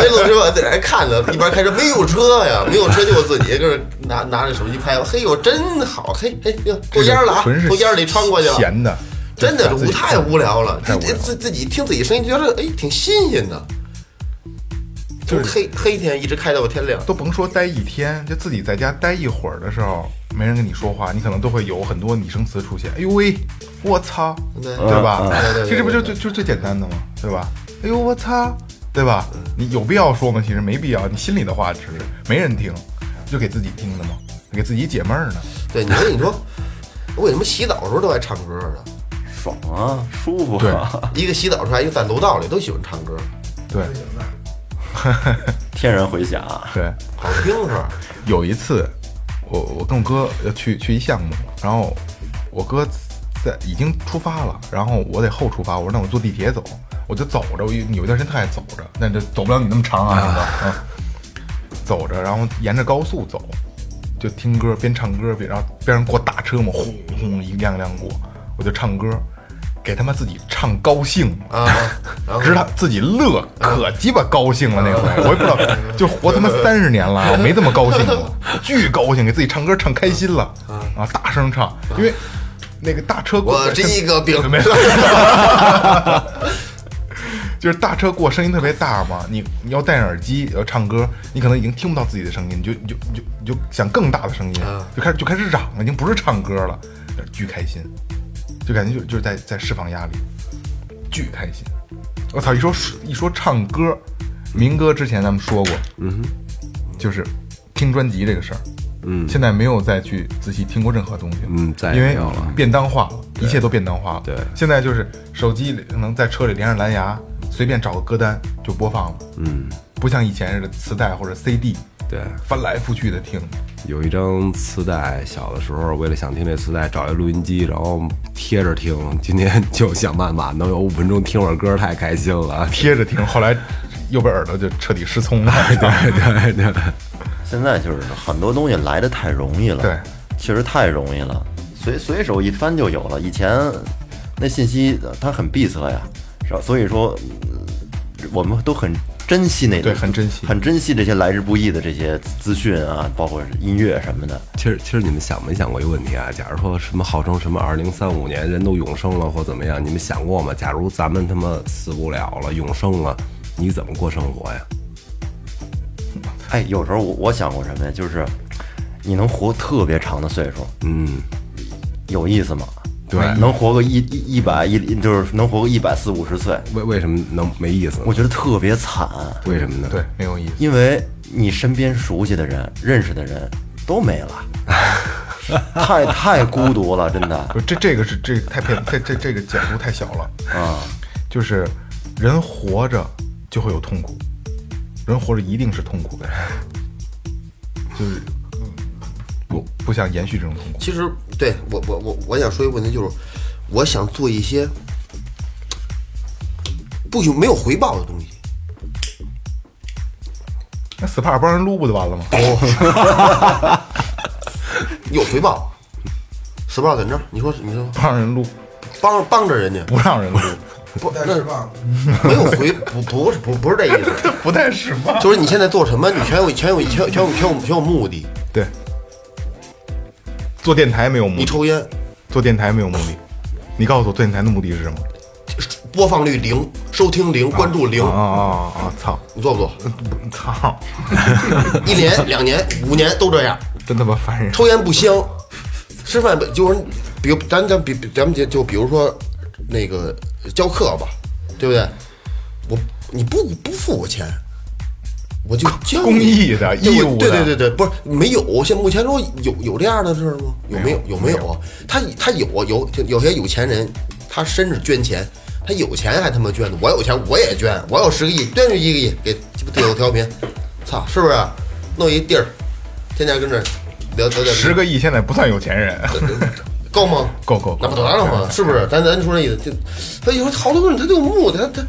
[SPEAKER 3] 自己录视频我在那还看呢，一边开车没有车呀，没有车就我自己搁这拿拿着手机拍，嘿呦真好，嘿嘿，哟
[SPEAKER 4] 这
[SPEAKER 3] 过
[SPEAKER 4] 是
[SPEAKER 3] 烟儿了啊
[SPEAKER 4] 纯是，
[SPEAKER 3] 从烟儿里穿过去了，
[SPEAKER 4] 闲的，
[SPEAKER 3] 真的
[SPEAKER 4] 自
[SPEAKER 3] 是
[SPEAKER 4] 己
[SPEAKER 3] 无太无聊了，
[SPEAKER 4] 太
[SPEAKER 3] 自
[SPEAKER 4] 无聊
[SPEAKER 3] 己自自己听自己声音觉得哎挺新鲜的，从黑黑天一直开到天亮，
[SPEAKER 4] 都甭说待一天，就自己在家待一会儿的时候，没人跟你说话，你可能都会有很多拟声词出现。哎呦喂，我操，
[SPEAKER 3] 对
[SPEAKER 4] 对吧？
[SPEAKER 3] 对对对
[SPEAKER 4] 其实这不就就就最简单的吗？对吧？哎呦我操，对吧？你有必要说吗？其实没必要，你心里的话只是没人听，就给自己听的嘛，给自己解闷儿呢。
[SPEAKER 3] 对，你说你说，我为什么洗澡的时候都爱唱歌呢？
[SPEAKER 6] 爽啊，舒服啊，
[SPEAKER 3] 一个洗澡出来，一个在楼道里都喜欢唱歌，
[SPEAKER 4] 对
[SPEAKER 6] 天然回响啊。
[SPEAKER 4] 对。
[SPEAKER 3] 好听是吧？
[SPEAKER 4] 有一次，我我跟我哥要去去一项目，然后我哥在已经出发了，然后我得后出发，我说那我坐地铁走，我就走着，我有有一段时间特爱走着，但这走不了你那么长啊，大哥啊，走着，然后沿着高速走，就听歌边唱歌边，然后边上过大车嘛，轰轰一辆辆过，我就唱歌，给他妈自己唱高兴了。
[SPEAKER 3] 啊，然后
[SPEAKER 4] 直他自己乐，可鸡巴高兴了那回，
[SPEAKER 3] 嗯
[SPEAKER 4] 我也不知道，就活他妈三十年了， 我没这么高兴过，巨高兴，给自己唱歌唱开心了啊，大声唱，因为那个大车过，
[SPEAKER 3] 嗯我这一 个饼，
[SPEAKER 4] 没了，就是大车过声音特别大嘛，你你要戴上耳机要唱歌，你可能已经听不到自己的声音，你就你就你就你就想更大的声音，
[SPEAKER 3] 嗯
[SPEAKER 4] 就开始就开始嚷了，已经不是唱歌了，巨开心，就感觉就就是在在释放压力，巨开心。我操，一说一说唱歌，明哥之前咱们说过，嗯哼，就是听专辑这个事儿。嗯，现在没有再去仔细听过任何东西了，
[SPEAKER 5] 嗯再也
[SPEAKER 4] 因
[SPEAKER 5] 没
[SPEAKER 4] 为
[SPEAKER 5] 有了
[SPEAKER 4] 便当化了，一切都便当化了。
[SPEAKER 5] 对
[SPEAKER 4] 现在就是手机里能在车里连上蓝牙，随便找个歌单就播放了。嗯，不像以前似的磁带或者 CD，
[SPEAKER 5] 对，
[SPEAKER 4] 翻来覆去的听。
[SPEAKER 5] 有一张磁带，小的时候为了想听这磁带，找一录音机，然后贴着听。今天就想办法能有五分钟听会儿歌，太开 心了。
[SPEAKER 4] 贴着听， 后来右边耳朵就彻底失聪了。
[SPEAKER 5] 对对对，
[SPEAKER 6] 现在就是很多东西来的太容易了，
[SPEAKER 4] 对，
[SPEAKER 6] 确实太容易了，随随手一翻就有了。以前那信息呃它很闭塞呀，是吧？所以说嗯我们都很珍惜那
[SPEAKER 4] 对很珍惜
[SPEAKER 6] 很珍惜这些来之不易的这些资讯啊，包括音乐什么的。
[SPEAKER 5] 其实其实你们想没想过一个问题啊？假如说什么号称什么二零三五年人都永生了或怎么样，你们想过吗？假如咱们他妈死不了了，永生了，你怎么过生活呀？
[SPEAKER 6] 哎，有时候我我想过什么呀？就是你能活特别长的岁数，
[SPEAKER 5] 嗯，
[SPEAKER 6] 有意思吗？
[SPEAKER 5] 对
[SPEAKER 6] 能活个一一一百一，就是能活个一百四五十岁，
[SPEAKER 5] 为为什么能没意思呢？
[SPEAKER 6] 我觉得特别惨。
[SPEAKER 5] 为什么呢？
[SPEAKER 4] 对，没有意思。
[SPEAKER 6] 因为你身边熟悉的人、认识的人都没 了，太太孤独了，真的。
[SPEAKER 4] 不，这这个是这个太偏，这这这个解读太小了啊！就是人活着就会有痛苦，人活着一定是痛苦的，就是嗯不不想延续这种痛苦。
[SPEAKER 3] 其实对我我我我想说一个问题，就是我想做一些不有没有回报的东西。
[SPEAKER 4] 那 SPA 帮人撸不就完了吗？
[SPEAKER 3] 有回报，死不知道怎么着？你说你说
[SPEAKER 4] 帮人撸
[SPEAKER 3] 帮帮着人家，
[SPEAKER 4] 不让人撸，
[SPEAKER 3] 不那是没有回不不是不不是这意思，
[SPEAKER 4] 不太实吧？
[SPEAKER 3] 就是你现在做什么，你全有全有全有全有全有全有目的。
[SPEAKER 4] 对，做电台没有目
[SPEAKER 3] 你
[SPEAKER 4] 的，
[SPEAKER 3] 抽烟，
[SPEAKER 4] 做电台没有目的。你告诉我，做电台的目的是什么？
[SPEAKER 3] 播放率零，收听零，关注零
[SPEAKER 4] 啊，啊啊啊！操！
[SPEAKER 3] 你做不做？
[SPEAKER 4] 不操！
[SPEAKER 3] 一年、两年、五年都这样，
[SPEAKER 4] 真他妈烦人！
[SPEAKER 3] 抽烟不香，吃饭不就是，比如咱咱比咱们就就比如说那个教课吧，对不对？我你不不付我钱，我就教你
[SPEAKER 4] 公益的
[SPEAKER 3] 对我
[SPEAKER 4] 义务的
[SPEAKER 3] 对对对对，不是没有，现目前说有有这样的事儿吗？有没有有没有啊？他他有啊，有有些有钱人，他甚至捐钱，他有钱还他妈捐呢，我有钱我也捐，我有十个亿捐出一个亿给鸡巴队友调频，操，是不是？弄一地儿，天天跟这儿聊聊点
[SPEAKER 4] 十个亿现在不算有钱 人，
[SPEAKER 3] 够吗？
[SPEAKER 4] 够够够
[SPEAKER 3] 那不得了吗？是不是？咱咱说这意思，就他有时候好多人他就有目的，他他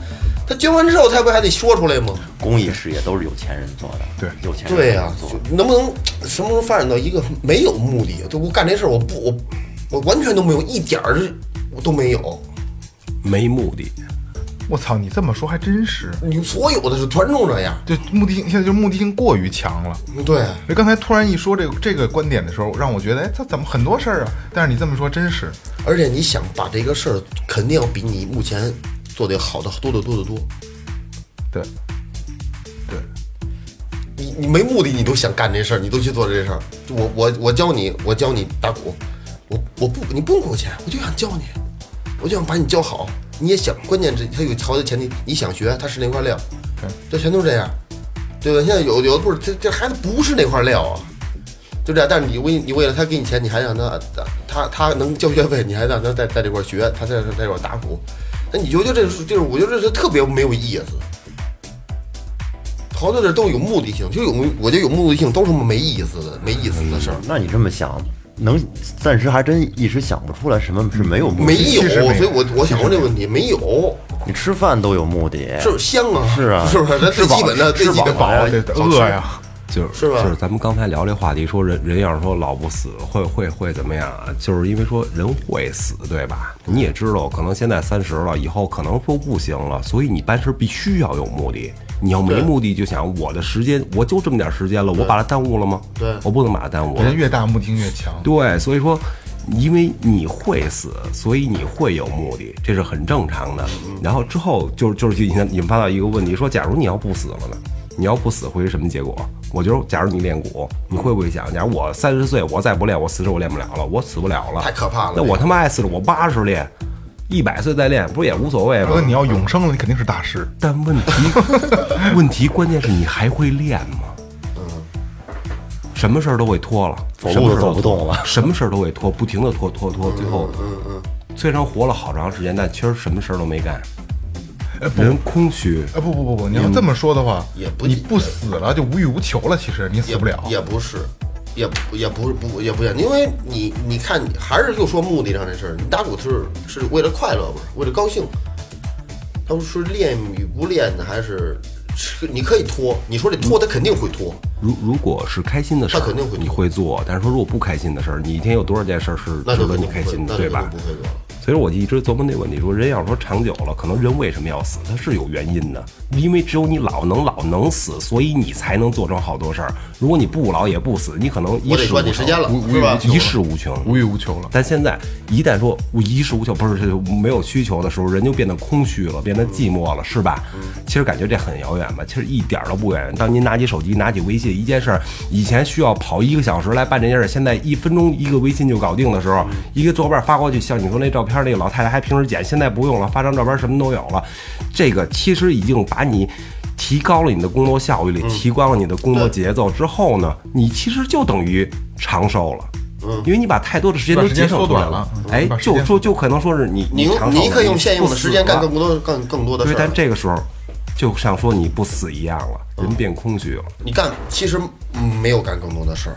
[SPEAKER 3] 他捐完之后，他不还得说出来吗？
[SPEAKER 6] 公益事业都是有钱人做的，
[SPEAKER 4] 对
[SPEAKER 6] 有钱人
[SPEAKER 3] 对呀、
[SPEAKER 6] 做的。
[SPEAKER 3] 就能不能什么时候发展到一个没有目的？就我干这事儿，我不我我完全都没有一点儿我都没有。
[SPEAKER 5] 没目的，
[SPEAKER 4] 我操，你这么说还真是，
[SPEAKER 3] 你所有的是团众这样，
[SPEAKER 4] 就目的性现在就目的性过于强了。
[SPEAKER 3] 对，啊
[SPEAKER 4] 哎，刚才突然一说这个这个观点的时候，让我觉得，哎，他怎么很多事儿啊？但是你这么说真是，
[SPEAKER 3] 而且你想把这个事儿，肯定要比你目前做的好的多得多得多。
[SPEAKER 4] 对，对，
[SPEAKER 3] 你你没目的，你都想干这事儿，你都去做这事儿。我我我教你，我教你打鼓，我我不你不用给我钱，我就想教你，我就想把你教好。你也想，关键这他有条件前提，你想学，他是那块料，这全都这样，对吧？现在有有的不是这这孩子不是那块料啊，就这样。但是你为你为了他给你钱，你还让他他他能交学费，你还让他在在这块儿学，他在在这块儿打鼓，那你就觉得这是就是我觉得这是特别没有意思。好多事都有目的性，就有我觉得有目的性都是没意思的、没意思的事儿，
[SPEAKER 6] 那你这么想，能暂时还真一时想不出来什么是没有目
[SPEAKER 3] 没
[SPEAKER 6] 的。
[SPEAKER 3] 有。
[SPEAKER 4] 其实没有
[SPEAKER 3] 所以我我想过这个问题，没有，
[SPEAKER 6] 你吃饭都有目的，
[SPEAKER 3] 是香啊，
[SPEAKER 6] 是 啊
[SPEAKER 3] 是不是？那最
[SPEAKER 4] 吃饱
[SPEAKER 3] 基本的、最
[SPEAKER 4] 吃
[SPEAKER 3] 基
[SPEAKER 4] 饱
[SPEAKER 3] 本
[SPEAKER 4] 了
[SPEAKER 3] 的
[SPEAKER 4] 呀，啊对，饿呀，
[SPEAKER 5] 就是
[SPEAKER 3] 是吧
[SPEAKER 5] 就是咱们刚才聊这话题，说人人要是说老不死，会会会怎么样啊？就是因为说人会死，对吧？你也知道，可能现在三十了，以后可能说不行了，所以你办事必须要有目的。你要没目的，就想我的时间，我就这么点时间了，我把它耽误了吗？
[SPEAKER 3] 对
[SPEAKER 5] 我不能把它耽误了
[SPEAKER 4] 人。越大目的性越强。
[SPEAKER 5] 对，所以说，因为你会死，所以你会有目的，这是很正常的。然后之后就就是去引引发到一个问题，说假如你要不死了呢？你要不死会是什么结果？我觉得，假如你练鼓，你会不会想，假如我三十岁，我再不练，我四十我练不了了，我死不了了，
[SPEAKER 3] 太可怕了
[SPEAKER 5] 那我他妈爱死了，我八十练，一百岁再练，不是也无所谓
[SPEAKER 4] 大哥，
[SPEAKER 5] 吗？
[SPEAKER 4] 你要永生了，你肯定是大师。
[SPEAKER 5] 但问题，问题关键是你还会练吗？什么事儿都会拖了，
[SPEAKER 6] 走
[SPEAKER 5] 什么
[SPEAKER 6] 路
[SPEAKER 5] 事
[SPEAKER 6] 都
[SPEAKER 5] 儿
[SPEAKER 6] 走不动了。
[SPEAKER 5] 什么事儿都会拖，不停的拖拖
[SPEAKER 3] 嗯
[SPEAKER 5] 拖，最后，虽然活了好长时间，但其实什么事儿都没干，
[SPEAKER 3] 呃
[SPEAKER 5] 人空虚。
[SPEAKER 4] 哎，不不不不，你要这么说的话，
[SPEAKER 3] 也不
[SPEAKER 4] 你不死了就无欲无求了。其实你死
[SPEAKER 3] 也
[SPEAKER 4] 不了，
[SPEAKER 3] 也不是，也不也不是不也不行，因为你你看，还是就说目的上这事儿，你打鼓是是为了快乐不是为了高兴。他们说练与不练的还是，是你可以拖，你说这拖他肯定会拖，
[SPEAKER 5] 如如果是开心的事儿
[SPEAKER 3] 那肯定会，做
[SPEAKER 5] 你会做；但是说如果不开心的事儿，你一天有多少件事儿是
[SPEAKER 3] 那
[SPEAKER 5] 值
[SPEAKER 3] 就
[SPEAKER 5] 得
[SPEAKER 3] 肯定
[SPEAKER 5] 你
[SPEAKER 3] 不
[SPEAKER 5] 开
[SPEAKER 3] 会
[SPEAKER 5] 心，
[SPEAKER 3] 那
[SPEAKER 5] 的，
[SPEAKER 3] 就肯
[SPEAKER 5] 对
[SPEAKER 3] 定
[SPEAKER 5] 吧
[SPEAKER 3] 不？会做了。
[SPEAKER 5] 所以我一直琢磨那问题，说人要说长久了，可能人为什么要死？它是有原因的，因为只有你老能老能死，所以你才能做成好多事儿。如果你不老也不死，你可能一
[SPEAKER 3] 我得
[SPEAKER 5] 事
[SPEAKER 3] 抓
[SPEAKER 5] 无
[SPEAKER 3] 紧时间
[SPEAKER 5] 成，
[SPEAKER 3] 了，
[SPEAKER 4] 无
[SPEAKER 3] 是吧？
[SPEAKER 5] 一事无穷，
[SPEAKER 4] 无欲无求了。
[SPEAKER 5] 但现在一旦说我一事无求，不是是没有需求的时候，人就变得空虚了，变得寂寞了，是吧？其实感觉这很遥远吧？其实一点儿都不远。当您拿起手机、拿起微信，一件事儿以前需要跑一个小时来办这件事，现在一分钟一个微信就搞定的时候，一个照片发过去，像你说那照片，那个老太太还平时剪，现在不用了，发张照片什么都有了。这个其实已经把你。提高了你的工作效率，提高了你的工作节奏之后呢，你其实就等于长寿了，嗯，因为你把太多的时间。时间都节省出来
[SPEAKER 4] 把时
[SPEAKER 5] 哎
[SPEAKER 4] 间缩短了，
[SPEAKER 5] 就说就可能说是你
[SPEAKER 3] 你用
[SPEAKER 5] 长寿
[SPEAKER 3] 你
[SPEAKER 5] 了
[SPEAKER 3] 可以用现用的时间干
[SPEAKER 5] 你不
[SPEAKER 3] 更
[SPEAKER 5] 死了
[SPEAKER 3] 多更更多的事
[SPEAKER 5] 啊对，但
[SPEAKER 3] 儿。
[SPEAKER 5] 这个时候就像说你不死一样了，人变空虚了。
[SPEAKER 3] 你干其实嗯没有干更多的事儿。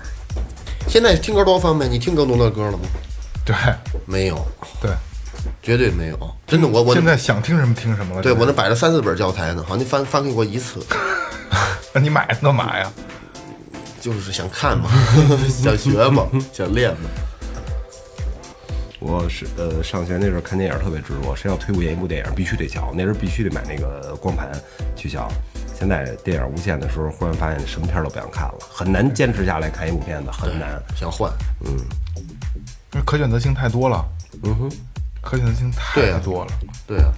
[SPEAKER 3] 现在听歌多方便，你听更多的歌了吗？
[SPEAKER 4] 对
[SPEAKER 3] 没有，
[SPEAKER 4] 对，
[SPEAKER 3] 绝对没有。真的，我我
[SPEAKER 4] 现在想听什么听什么了。
[SPEAKER 3] 对
[SPEAKER 4] 真
[SPEAKER 3] 我
[SPEAKER 4] 是
[SPEAKER 3] 那摆了三四本教材呢，好像翻翻开过一次，
[SPEAKER 4] 那啊你买干嘛呀？
[SPEAKER 3] 就是想看嘛，想学嘛，想练嘛。
[SPEAKER 5] 我是呃上学那阵儿看电影特别执着，谁要推荐一部电影必须得瞧，那时候必须得买那个光盘去瞧。现在电影无限的时候，忽然发现什么片儿都不想看了，很难坚持下来看一部片子，很难。
[SPEAKER 3] 想换，
[SPEAKER 4] 因为可选择性太多了。嗯哼，可选择性
[SPEAKER 3] 对
[SPEAKER 4] 太
[SPEAKER 3] 啊
[SPEAKER 4] 多了。
[SPEAKER 3] 对啊，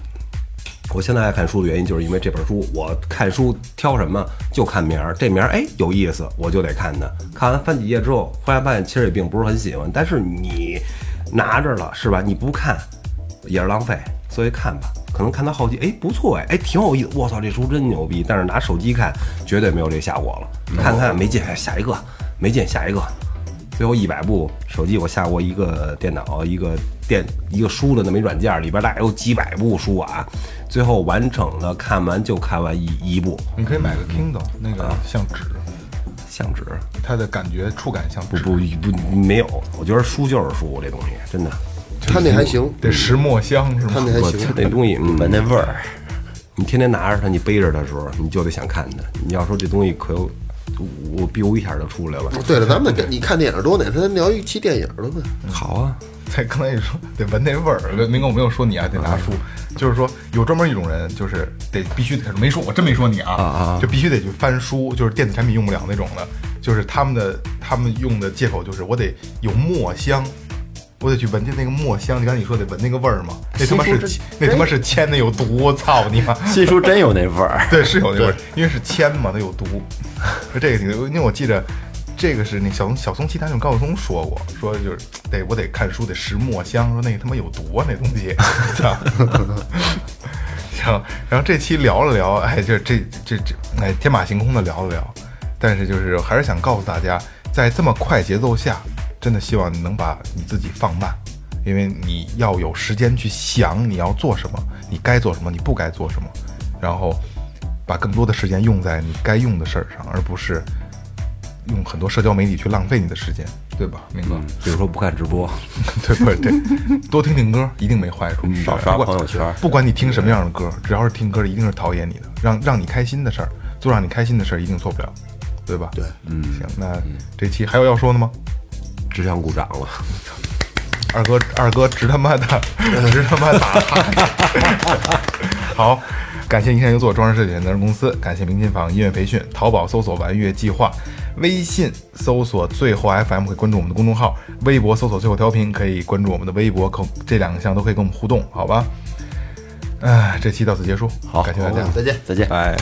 [SPEAKER 5] 我现在爱看书的原因，就是因为这本书。我看书挑什么就看名儿，这名儿哎有意思，我就得看它。看完翻几页之后，忽然发现其实也并不是很喜欢，但是你拿着了是吧？你不看也是浪费，所以看吧。可能看到后期，哎不错哎，哎挺有意思，我操这书真牛逼！但是拿手机看绝对没有这效果了，看看没劲，哎下一个没劲，下一个。最后一百部手机，我下过一个电脑，一个电一个书的那么一软件，里边大概有几百部书啊，最后完整的看完就看完一一部，
[SPEAKER 4] 你可以买个
[SPEAKER 5] 嗯
[SPEAKER 4] Kindle，那个
[SPEAKER 5] 啊
[SPEAKER 4] 像纸，
[SPEAKER 5] 像纸
[SPEAKER 4] 它的感觉触感像
[SPEAKER 5] 不
[SPEAKER 4] 纸，
[SPEAKER 5] 不不没有，我觉得书就是书这东西，真的，
[SPEAKER 3] 他那还行，
[SPEAKER 4] 得石墨香是吗
[SPEAKER 3] 他？那还
[SPEAKER 5] 我
[SPEAKER 3] 行。
[SPEAKER 5] 那东西嗯
[SPEAKER 6] 闻那味儿，
[SPEAKER 5] 你天天拿着它，你背着它的时候，你就得想看它。你要说这东西可有，我 biu 一下就出来了。
[SPEAKER 3] 对了，咱们得你看电影多哪天咱聊一期电影了呗？
[SPEAKER 5] 好啊，
[SPEAKER 4] 才刚才也说得闻那味儿，明哥我没有说你啊，得拿书，就是说有专门一种人，就是得必须得没说，我真没说你啊，就必须得去翻书，就是电子产品用不了那种的，就是他们的他们用的借口就是我得有墨香。我得去闻见那个墨香，你刚才你说得闻那个味儿吗？那他妈是那他妈是铅的有毒，我操你妈！
[SPEAKER 6] 新书真有那味儿。
[SPEAKER 4] 对，是有那味儿，因为是铅嘛，它有毒。这个挺，因为我记着，这个是那小松小松奇谈用高晓松说过，说就是得我得看书得识墨香，说那个他妈有毒啊那东西。 操然后，然后这期聊了聊，哎，这这这这，哎，天马行空的聊了聊，但是就是还是想告诉大家，在这么快节奏下，真的希望你能把你自己放慢，因为你要有时间去想你要做什么，你该做什么，你不该做什么，然后把更多的时间用在你该用的事儿上，而不是用很多社交媒体去浪费你的时间，对吧，明哥？
[SPEAKER 5] 嗯比如说不看直播，
[SPEAKER 4] 对不对？多听听歌一定没坏处，
[SPEAKER 6] 嗯少刷
[SPEAKER 4] 不管
[SPEAKER 6] 朋友圈
[SPEAKER 4] 不管你听什么样的歌，只要是听歌，一定是陶冶你的，让让你开心的事儿，做让你开心的事儿，一定错不了，对吧？对，嗯，行，那这期还有要说的吗？
[SPEAKER 5] 只想鼓掌了。
[SPEAKER 4] 二哥，二哥直他妈的， 直他妈打他。 好，感谢银山优作装饰设计有限责任公司，感谢明琴坊音乐培训，淘宝搜索“玩乐计划”，微信搜索“最后 FM” 可以关注我们的公众号，微博搜索“最后调频”可以关注我们的微博，可这两项都可以跟我们互动，好吧？哎，这期到此结束，
[SPEAKER 6] 好
[SPEAKER 4] 感谢大家。
[SPEAKER 3] 再见。
[SPEAKER 6] 再见。
[SPEAKER 5] 哎。